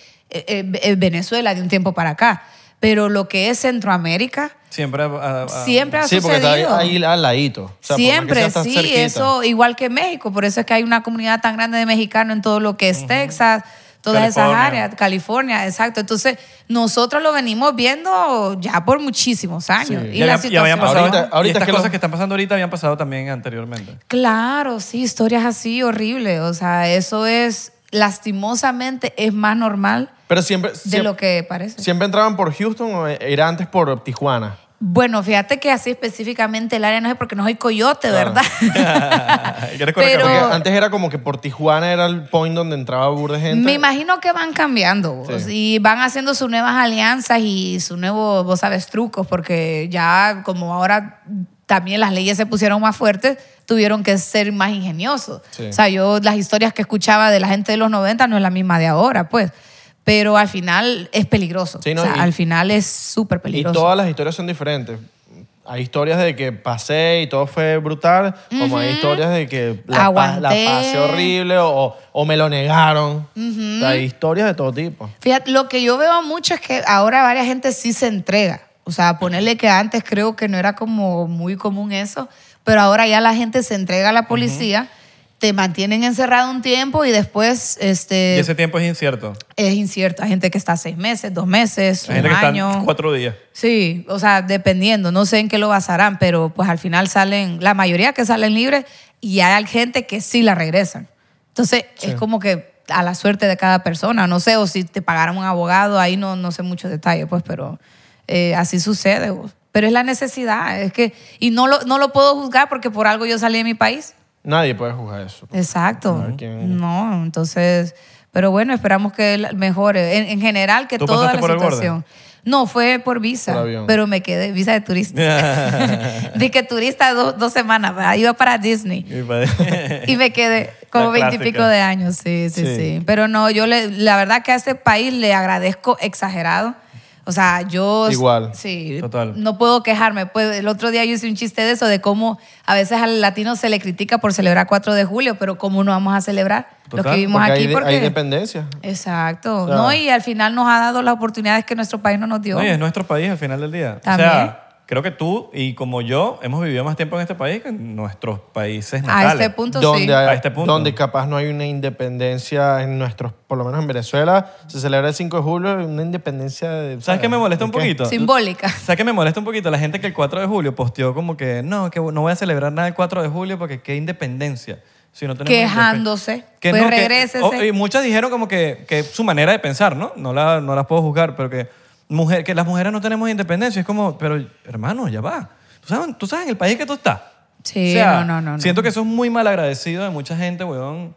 C: Venezuela de un tiempo para acá. Pero lo que es Centroamérica,
B: siempre, ah, ah,
C: siempre ha
A: Sí, porque está ahí,
C: sucedido.
A: ahí al ladito. O sea, por más que sea,
C: Siempre,
A: está
C: sí,
A: cerquita.
C: eso igual que México, por eso es que hay una comunidad tan grande de mexicanos en todo lo que es Texas, todas esas
B: California.
C: áreas, California, exacto. Entonces, nosotros lo venimos viendo ya por muchísimos años.
A: Sí.
C: Y
B: ya,
C: la
B: habían- ya
C: situación.
B: habían pasado.
A: Ahorita-
B: y
A: ahorita
B: estas
A: es que
B: cosas
A: los-
B: que están pasando ahorita habían pasado también anteriormente.
C: Claro, sí, historias así horribles, o sea, eso es lastimosamente es más normal
A: Pero siempre,
C: de
A: siempre,
C: lo que parece.
A: siempre entraban por Houston o era antes por Tijuana.
C: Bueno, fíjate que así específicamente el área no sé porque no soy coyote,
A: Claro.
C: ¿verdad?
B: ¿Quieres
C: Pero-
A: Porque
B: correr?
A: antes era como que por Tijuana era el point donde entraba burda de gente.
C: Me imagino que van cambiando vos, y van haciendo sus nuevas alianzas y sus nuevos, vos sabes, trucos, porque ya como ahora también las leyes se pusieron más fuertes, tuvieron que ser más ingeniosos.
A: Sí.
C: O sea, yo las historias que escuchaba de la gente de los 90 no es la misma de ahora, pues. Pero al final es peligroso.
A: Sí, no,
C: o sea,
A: y-
C: al final es súper
A: Y
C: peligroso.
A: todas las historias son diferentes. Hay historias de que pasé y todo fue brutal, como hay historias de que la, pa- la
C: Aguanté.
A: pasé horrible o, o me lo negaron. O sea, hay historias de todo tipo.
C: Fíjate, lo que yo veo mucho es que ahora varias gente sí se entrega. O sea, ponerle que antes creo que no era como muy común eso, pero ahora ya la gente se entrega a la policía, te mantienen encerrado un tiempo y después
B: Y
C: este,
B: ese tiempo es incierto.
C: es incierto. Hay gente que está seis meses, dos meses,
B: Hay gente
C: un
B: que está
C: año.
B: cuatro días.
C: Sí, o sea, dependiendo, no sé en qué lo basarán, pero pues al final salen, la mayoría que salen libres y hay gente que sí la regresan. Entonces, es como que a la suerte de cada persona, no sé, o si te pagaron un abogado, ahí no, no sé muchos detalles, pues, pero eh, así sucede. vos. Pero es la necesidad, es que, y no lo, no lo puedo juzgar porque por algo yo salí de mi país.
A: Nadie puede juzgar eso.
C: Exacto.
A: Ay, qué-
C: No, entonces, pero bueno, esperamos que él mejore. En, en general, que
B: ¿Tú
C: toda
B: pasaste
C: la
B: por el borde?
C: situación. No, fue por visa,
A: Por avión.
C: pero me quedé, visa de turista. de que turista do- dos semanas, ¿verdad? iba para Disney.
B: Y para-
C: Y me quedé como
B: La
C: veintipico
B: clásica.
C: de años, sí, sí,
A: Sí.
C: sí, Pero no, yo le, la verdad que a este país le agradezco exagerado. O sea, yo...
A: Igual.
C: Sí,
B: Total.
C: no puedo quejarme. Pues el otro día yo hice un chiste de eso, de cómo a veces al latino se le critica por celebrar 4 de julio, pero cómo no vamos a celebrar lo
B: Total,
C: que vivimos
A: Porque
C: aquí.
A: hay, de-
C: porque...
A: hay dependencia.
C: Exacto.
A: Claro.
C: No, y al final nos ha dado las oportunidades que nuestro país no nos dio.
B: No, y es nuestro país al final del día. O
C: También.
B: sea, creo que tú y como yo hemos vivido más tiempo en este país que en nuestros países
C: a
B: natales.
C: este punto
A: donde,
C: sí.
A: hay-
B: A este punto.
A: donde capaz no hay una independencia en nuestros, por lo menos en Venezuela, se celebra el 5 de julio, una independencia de...
B: ¿Sabes qué me molesta un
A: ¿De qué?
B: poquito?
C: Simbólica.
B: ¿Sabes qué me molesta un poquito? La gente que el 4 de julio posteó como que no, que no voy a celebrar nada el 4 de julio porque qué independencia. Si no tenemos independencia".
C: Quejándose. Pues regrésese.
B: oh, y muchas dijeron como que, que su manera de pensar, ¿no? No la, no las puedo juzgar, pero que, mujer, que las mujeres no tenemos independencia. Es como, pero hermano, ya va. ¿Tú sabes, tú sabes en el país que tú estás?
C: Sí,
B: O sea,
C: no, no, no, no.
B: Siento que eso es muy mal agradecido de mucha gente, weón.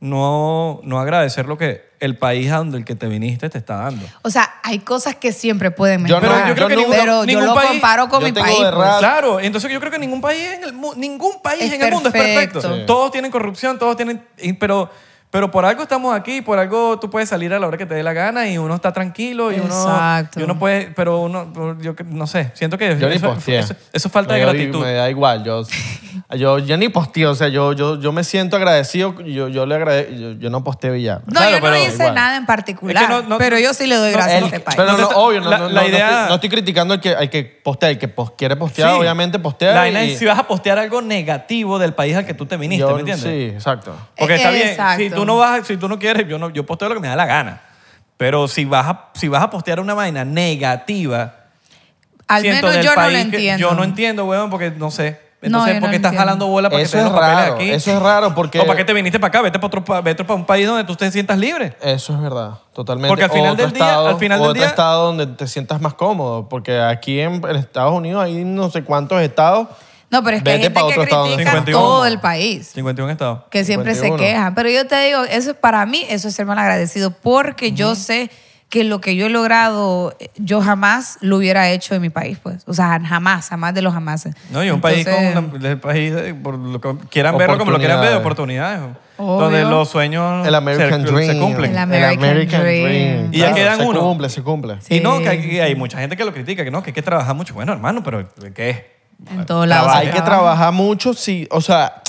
B: No, no agradecer lo que el país a donde el que te viniste te está dando.
C: O sea, hay cosas que siempre pueden
A: Yo no-
C: mejorar.
A: yo creo que ningún-
C: pero yo
B: ningún
C: lo
B: país-
C: comparo con
A: yo
C: mi
A: tengo
C: país.
A: de
C: pues.
A: Claro.
B: Claro, entonces yo creo que ningún país en el mundo, ningún país
C: Es
B: en el mundo es perfecto.
C: perfecto.
A: Sí.
B: Todos tienen corrupción, todos tienen, y- pero pero por algo estamos aquí, por algo tú puedes salir a la hora que te dé la gana y uno está tranquilo y uno
C: Exacto.
B: y uno puede, pero uno yo que- no sé, siento que
A: Yo ni
B: eso,
A: posteé.
B: eso- eso es falta de
A: Yo-
B: gratitud.
A: Me da igual. Yo, yo, yo ni posteo. O sea, yo, yo, yo me siento agradecido. Yo, yo, le agrade- yo, yo no posteo y ya.
C: No,
B: Claro,
C: yo no
B: pero
C: hice
A: igual.
C: nada en particular.
B: Es que no- no-
C: pero yo sí le doy
B: no,
C: gracias
B: el-
C: a este país.
A: Pero no,
B: No te-
A: obvio, no,
B: la-
A: no, no-
B: la
A: no
B: idea-
A: estoy, no estoy criticando al que, al que postea, el que pos- quiere postear,
B: Sí.
A: obviamente postea.
B: La vaina es
A: y-
B: si vas a postear algo negativo del país al que tú te viniste,
A: yo-
B: ¿me entiendes?
A: Sí, exacto.
B: Porque está bien,
C: Exacto.
B: si tú no vas, si tú no quieres, yo no, yo posteo lo que me da la gana. Pero si vas a, si vas a postear una vaina negativa,
C: Al
B: siento
C: menos
B: del
C: yo no
B: país
C: lo
B: que-
C: entiendo.
B: Yo no entiendo, weón, porque no sé. Entonces,
C: yo no
B: ¿por qué
C: lo
B: estás
C: entiendo.
B: jalando bola para
A: Eso
B: que te
A: es
B: den los papeles
A: raro.
B: aquí?
A: Eso es raro porque.
B: ¿O para qué te viniste para acá? Vete para otro, pa- vete para un país donde tú te sientas libre.
A: Eso es verdad, totalmente.
B: Porque al
A: O
B: final
A: otro
B: del día-
A: estado-
B: al final
A: o
B: del
A: otro
B: día-
A: estado donde te sientas más cómodo. Porque aquí en, en Estados Unidos hay no sé cuántos estados
C: No, pero es que hay
A: Vete
C: gente
A: pa'
C: que
A: otro estado.
C: critica
B: 51.
C: todo el país.
B: 51 estados.
C: que siempre se
A: 51.
C: quejan. Pero yo te digo, eso para mí, eso es ser mal agradecido, porque yo sé que lo que yo he logrado, eh, yo jamás lo hubiera hecho en mi país, pues. O sea, jamás, jamás de los jamás.
B: No, y un país con una- el país eh, por lo que quieran verlo como lo quieran ver, oportunidades.
C: Obvio.
B: Donde los sueños
A: El American
B: se, se
A: Dream.
B: cumplen.
C: El American Dream.
B: Y ya quedan
A: se
B: uno.
A: cumple, se cumple.
C: Sí,
B: y no, que hay,
C: sí.
B: hay mucha gente que lo critica, que no, que hay que trabajar mucho. Bueno, hermano, pero ¿qué es?
C: En todos lados. se
A: hay que
C: trabaja.
A: trabajar mucho, si, o sea,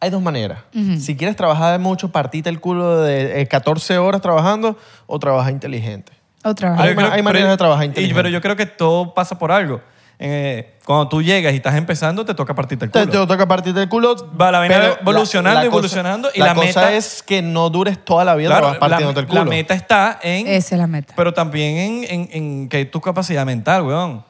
A: hay dos maneras. Si quieres trabajar de mucho, partite el culo de eh, 14 horas trabajando o trabaja inteligente.
C: O trabajar.
A: Hay
B: yo
A: ma- hay maneras
B: pero-
A: de trabajar
B: y-
A: inteligente.
B: pero yo creo que todo pasa por algo. Eh, cuando tú llegas y estás empezando, te toca partirte el
A: Te,
B: culo.
A: te toca partirte el culo.
B: Va, la vaina
A: pero
B: va evolucionando,
A: cosa-
B: evolucionando, y la
A: cosa
B: meta-
A: es que no dures toda la vida
B: Claro,
A: trabajando partiéndote el culo.
B: la meta está en...
C: Esa es la meta.
B: Pero también en, en, en que tu capacidad mental, weón.
A: claro,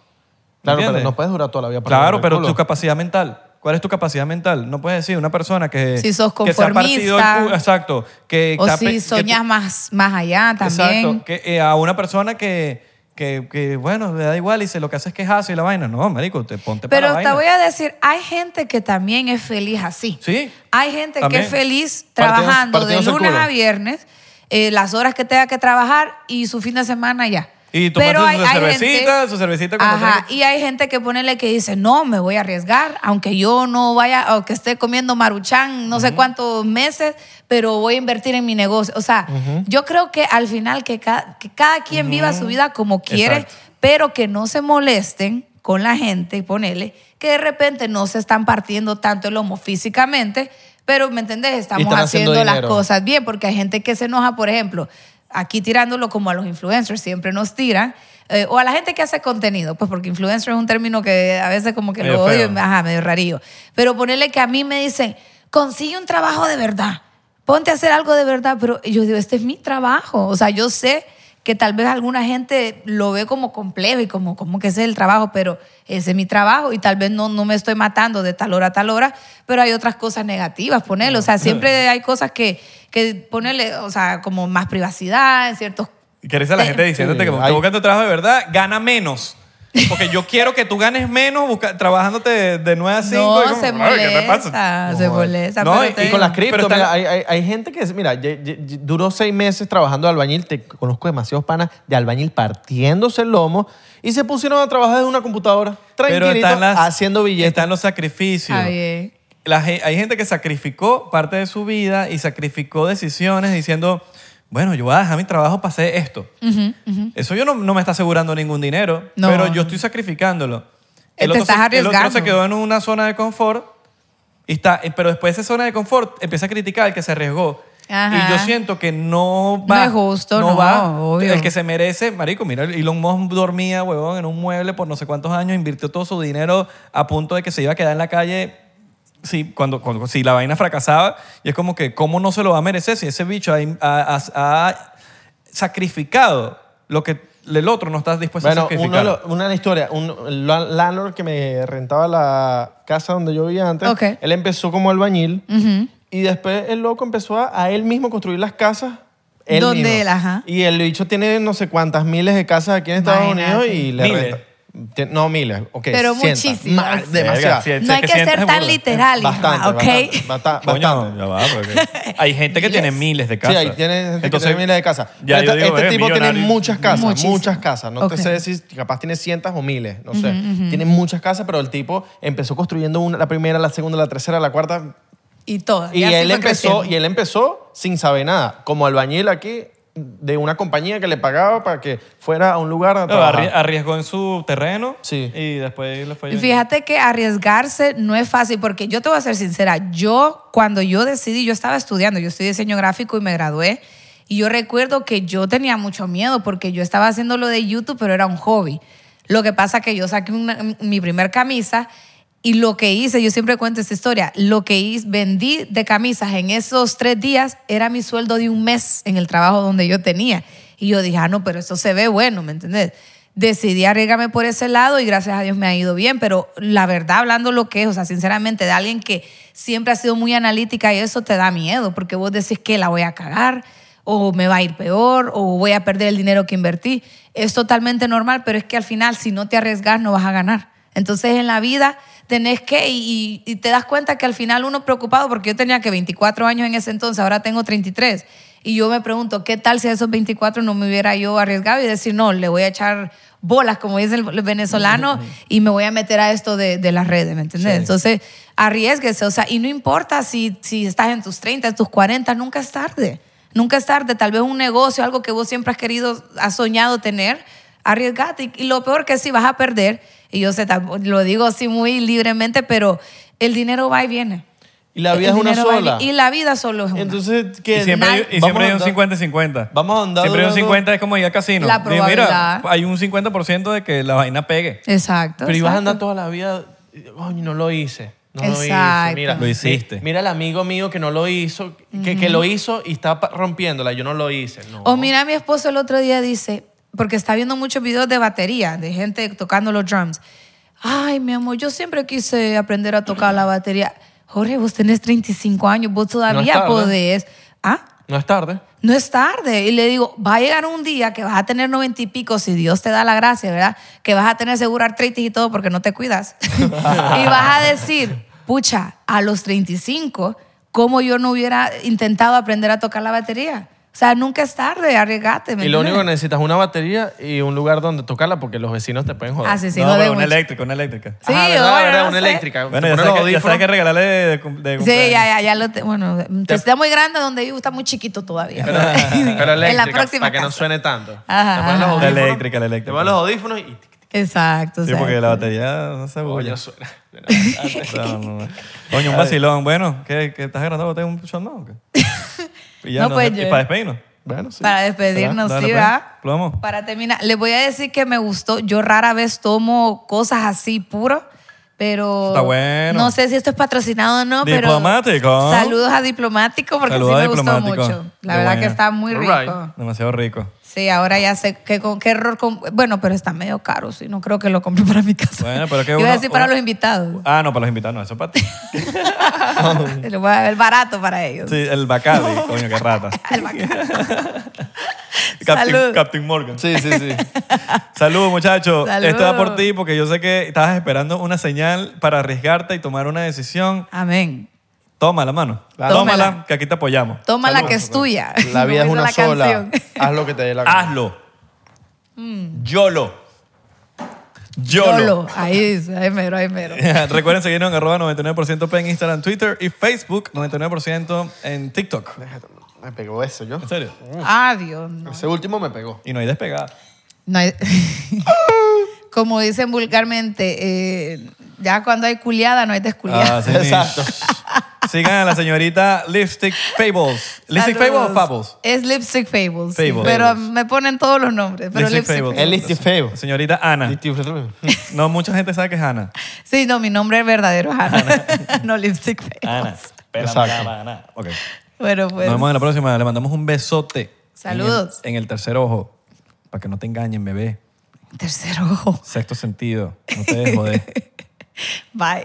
A: pero
B: ¿Entiendes?
A: no puedes durar toda la vida
B: Claro,
A: partiéndote el
B: pero
A: culo.
B: tu capacidad mental. ¿Cuál es tu capacidad mental? No puedes decir una persona que...
C: Si sos
B: que se ha partido el
C: conformista.
B: culo- exacto. Que
C: o
B: está pe-
C: si
B: que
C: soñas
B: tú-
C: más, más allá también.
B: Exacto. Que, eh, a una persona que, que, que, bueno, le da igual y se lo que hace es quejarse y la vaina. No, marico, te ponte para
C: Pero
B: la
C: te
B: vaina.
C: voy a decir, hay gente que también es feliz así.
B: Sí.
C: Hay gente
B: También.
C: que es feliz
A: Partidos-
C: trabajando
A: partidos
C: de
A: al
C: lunes
A: culo.
C: a viernes, eh, las horas que tenga que trabajar y su fin de semana ya.
B: Y tomándose su cervecita, su cervecita cuando
C: Ajá,
B: tenga
C: y hay gente que ponele que dice, no, me voy a arriesgar, aunque yo no vaya, aunque esté comiendo maruchán no sé cuántos meses, pero voy a invertir en mi negocio. O sea, yo creo que al final que, ca- que cada quien viva su vida como quiere,
B: Exacto.
C: pero que no se molesten con la gente, ponele, que de repente no se están partiendo tanto el lomo físicamente, pero, ¿me entendés? Estamos
A: están
C: haciendo,
A: haciendo
C: las
A: dinero.
C: cosas bien, porque hay gente que se enoja, por ejemplo, aquí tirándolo como a los influencers, siempre nos tiran, eh, o a la gente que hace contenido, pues porque influencer es un término que a veces como que
B: Medio
C: lo
B: feo.
C: odio, y me- ajá, medio rarillo, pero ponerle que a mí me dicen, consigue un trabajo de verdad, ponte a hacer algo de verdad, pero yo digo, este es mi trabajo, o sea, yo sé que tal vez alguna gente lo ve como complejo y como, como que ese es el trabajo, pero ese es mi trabajo y tal vez no, no me estoy matando de tal hora a tal hora, pero hay otras cosas negativas, ponerle, o sea, siempre hay cosas que, que ponerle, o sea, como más privacidad en ciertos...
B: Y querés a la gente diciéndote que
A: Sí,
B: como
A: hay-
B: estás buscando trabajo de verdad, gana menos. Porque yo quiero que tú ganes menos busca- trabajándote de, de 9 a 5.
C: No,
B: y como,
C: se
B: "Ay, ¿qué te pasa?".
C: molesta, se
A: No,
C: molesta.
B: no,
C: pero
B: y-
C: te
A: Y con las
C: digo.
B: Pero
A: criptos,
B: está-
A: mira, hay, hay- hay gente que, es- mira, ye- ye- ye- duró seis meses trabajando de albañil, te conozco demasiados panas de albañil partiéndose el lomo y se pusieron a trabajar desde una computadora,
B: Pero
A: tranquilito,
B: están las-
A: haciendo billetes.
B: Están los sacrificios.
C: Está bien.
B: La ge- hay gente que sacrificó parte de su vida y sacrificó decisiones diciendo, bueno, yo voy a dejar mi trabajo para hacer esto. Eso yo no, no me está asegurando ningún dinero,
C: No.
B: pero yo estoy sacrificándolo.
C: Eh, te
B: se-
C: estás
B: el otro se
C: arriesgando.
B: quedó en una zona de confort, y está, eh, pero después de esa zona de confort empieza a criticar al que se arriesgó.
C: Ajá.
B: Y yo siento que no va.
C: No es justo, no,
B: va.
C: obvio.
B: El que se merece, marico, mira, Elon Musk dormía, huevón, en un mueble por no sé cuántos años, invirtió todo su dinero a punto de que se iba a quedar en la calle sí, cuando, cuando- si la vaina fracasaba. Y es como que, ¿cómo no se lo va a merecer si ese bicho ha, ha- ha- ha sacrificado lo que el otro no está dispuesto a
A: Bueno, uno
B: sacrificar?
A: de los- una historia, un el la- landlord que me rentaba la casa donde yo vivía antes,
C: Ok.
A: él empezó como albañil
C: Ujú.
A: y después el loco empezó a, a él mismo construir las casas. Él
C: Donde
A: mismo.
C: él, ajá.
A: Y el bicho tiene no sé cuántas miles de casas aquí en Estados
C: Imagínate.
A: Unidos y le
B: Miles.
A: renta. Ti- No, miles, ok.
C: Pero
A: cientos,
C: muchísimas.
A: más,
C: Verga,
A: demasiado.
B: cien-
C: No hay
B: que
C: que ser
B: sientes
C: tan
B: burla.
C: literal, hija,
A: Bastante,
C: ¿ok?
A: bastante, basta-
B: Coño,
A: Ah, bastante.
B: ya va, porque hay gente que tiene
C: Miles.
B: miles de
A: Sí,
B: casas.
A: ahí tiene, gente que
B: Entonces,
A: tiene miles de casas.
B: ya
A: Pero
B: yo
A: este
B: digo,
A: este
B: eh,
A: tipo tiene
B: millonario.
A: muchas casas,
C: Muchísimas.
A: muchas casas. No
C: Ok.
A: te sé decir, capaz tiene cientos o miles, no sé. Tiene muchas casas, pero el tipo empezó construyendo una, la primera, la segunda, la tercera, la cuarta.
C: Y todo.
A: Y,
C: así
A: él
C: fue
A: empezó,
C: creciendo.
A: y él empezó sin saber nada, como albañil aquí de una compañía que le pagaba para que fuera a un lugar a
B: Claro, arri-
A: trabajar.
B: arriesgó en su terreno
A: Sí.
B: y después le fue
C: Y Fíjate que arriesgarse no es fácil, porque yo te voy a ser sincera, yo cuando yo decidí, yo estaba estudiando, yo estudié diseño gráfico y me gradué, y yo recuerdo que yo tenía mucho miedo porque yo estaba haciendo lo de YouTube, pero era un hobby. Lo que pasa que yo saqué una- mi primer camisa y lo que hice, yo siempre cuento esta historia, lo que hice, vendí de camisas en esos tres días era mi sueldo de un mes en el trabajo donde yo tenía. Y yo dije, ah, no, pero esto se ve bueno, ¿me entendés? decidí arriesgarme por ese lado y gracias a Dios me ha ido bien, pero la verdad hablando lo que es, o sea, sinceramente, de alguien que siempre ha sido muy analítica y eso te da miedo, porque vos decís que la voy a cagar o me va a ir peor o voy a perder el dinero que invertí. Es totalmente normal, pero es que al final si no te arriesgas no vas a ganar. Entonces en la vida tenés que, y, y te das cuenta que al final uno preocupado, porque yo tenía que 24 años en ese entonces, ahora tengo 33. Y yo me pregunto, ¿qué tal si a esos 24 no me hubiera yo arriesgado y decir, no, le voy a echar bolas, como dice el venezolano, y me voy a meter a esto de, de las redes, ¿me entiendes?
B: Sí.
C: Entonces, arriesguese, o sea, y no importa si, si estás en tus 30, en tus 40, nunca es tarde. Nunca es tarde, tal vez un negocio, algo que vos siempre has querido, has soñado tener, arriesgate. Y, y lo peor que sí vas a perder, y yo sé, tam- lo digo así muy libremente, pero el dinero va y viene.
A: Y la vida
C: El
A: es una
C: dinero va y viene.
A: sola.
C: Y la vida solo es una.
A: Entonces,
B: Y
A: ¿qué?
B: siempre, hay,
A: Vamos
B: y siempre
A: a
B: hay un
A: andar-
B: 50-50.
A: Vamos a andar
B: Siempre hay un
A: durando-
B: 50, es como ir al casino.
C: La
B: Digo,
C: probabilidad.
B: mira, hay un 50% de que la vaina pegue.
C: Exacto.
A: Pero ibas a
C: exacto.
A: andar toda la vida, coño, no lo hice. No lo hice.
C: Exacto.
A: Mira,
B: Lo hiciste.
A: Mira el amigo mío que no lo hizo, que, que lo hizo y está pa- rompiéndola. Yo no lo hice. No.
C: O mira, mi esposo el otro día dice, porque está viendo muchos videos de batería, de gente tocando los drums. Ay, mi amor, yo siempre quise aprender a tocar la batería. Jorge, vos tenés 35 años, vos todavía
A: tarde.
C: podés. Ah,
A: No es tarde.
C: no es tarde. Y le digo, va a llegar un día que vas a tener 90 y pico, si Dios te da la gracia, ¿verdad? Que vas a tener seguro artritis y todo porque no te cuidas. y vas a decir, pucha, a los 35, ¿cómo yo no hubiera intentado aprender a tocar la batería? O sea, nunca es tarde, arriesgate. ¿me
A: Y lo único que
C: entiendes?
A: necesitas es una batería y un lugar donde tocarla porque los vecinos te pueden joder.
C: Ah, sí, sí,
B: No,
C: no, de
B: pero una
C: mucho.
B: eléctrica, una eléctrica.
C: Sí,
A: Ajá, ¿verdad?
C: bueno,
A: ¿verdad?
C: no
A: una
C: sé.
A: eléctrica.
B: Bueno,
A: Te
B: ya
A: pones
B: sabes,
A: los
B: que, ya sabes que
A: audífonos.
B: regalarle de, cum- de
C: Sí,
B: cumpleaños.
C: ya, ya, ya lo te- Bueno, está muy grande donde vivo, está muy chiquito todavía.
A: Pero, pero
C: en
A: eléctrica,
C: la próxima
A: para que no
C: casa.
A: suene tanto.
C: Ajá,
A: te pones los
C: ajá.
A: audífonos,
B: La eléctrica, la eléctrica.
A: Te pones los audífonos y...
C: Exacto,
B: Sí,
C: exacto.
B: porque la batería no se
A: Coño,
B: bulla.
A: suena.
B: No, no, no. Coño, un vacilón. Bueno, ¿qué, qué estás agarrando botella un shot más o qué? Y ya
C: No,
B: nos-
C: pues,
B: y
C: yo-
B: para despedirnos.
A: Bueno, sí.
C: Para despedirnos,
B: Dale,
C: sí,
B: pues.
C: ¿verdad?
B: Plomo.
C: Para terminar, les voy a decir que me gustó. Yo rara vez tomo cosas así puro, pero.
B: Está bueno.
C: No sé si esto es patrocinado o no, pero.
B: Diplomático.
C: Saludos a Diplomático porque
B: Saludos
C: sí
B: a
C: me gustó
B: Diplomático.
C: mucho. La
B: Qué
C: verdad
B: bueno.
C: que está muy
A: All
C: rico.
A: right.
B: Demasiado rico.
C: Sí, ahora ya sé qué, con- qué error. con- bueno, pero está medio caro, sí. No creo que lo compre para mi casa.
B: Bueno, pero que
C: Yo voy
B: uno-
C: a decir para
B: uno-
C: los invitados.
B: Ah, no, para los invitados, no, eso es para ti.
C: Lo voy a ver barato para ellos.
B: Sí, el Bacardi, coño, qué rata.
C: Al bacán.
B: Captain,
C: Salud.
B: Captain Morgan.
A: Sí, sí, sí.
B: Salud, muchachos.
C: Salud.
B: Esto va por ti porque yo sé que estabas esperando una señal para arriesgarte y tomar una decisión.
C: Amén.
B: Tómala, mano.
A: Claro.
B: Tómala,
C: Tómala.
B: que aquí te apoyamos.
C: Toma la
B: Salud.
C: que es tuya.
A: La vida es
C: Como
A: una
C: dice la
A: sola.
C: canción.
A: Haz lo que te dé la gana.
B: Hazlo. Yolo. Yolo.
C: Mm. Yolo. Ahí dice, ahí mero, ahí mero.
B: Recuerden seguirnos en arroba 99% P en Instagram, Twitter y Facebook, 99% en TikTok.
A: Me pegó eso yo.
B: ¿En serio?
C: Ah, Dios, no.
A: Ese último me pegó.
B: Y no hay despegada.
C: No hay- Como dicen vulgarmente, eh, ya cuando hay culiada no hay desculiada.
B: Así mismo.
A: Exacto.
B: Sigan a la señorita Lipstick Fables. ¿Lipstick Fables o
C: Saludos.
B: Fables?
C: Es Lipstick Fables. sí,
B: Fables.
C: Pero
B: Fables.
C: me ponen todos los nombres. Pero
B: Lipstick
C: Lipstick,
B: Fables.
C: Fables.
A: El Lipstick Fables.
B: Señorita Ana.
A: Lipstick-
B: No mucha gente sabe que es Ana.
C: Sí, no, mi nombre verdadero es Ana. no Lipstick Fables.
B: Espérame,
A: Exacto.
B: Ana. Ok.
C: Bueno, pues.
B: Nos vemos en la próxima. Le mandamos un besote.
C: Saludos.
B: En el, en el tercer ojo. Para que no te engañen, bebé.
C: Tercer ojo.
B: Sexto sentido. No te dejes joder.
C: Bye.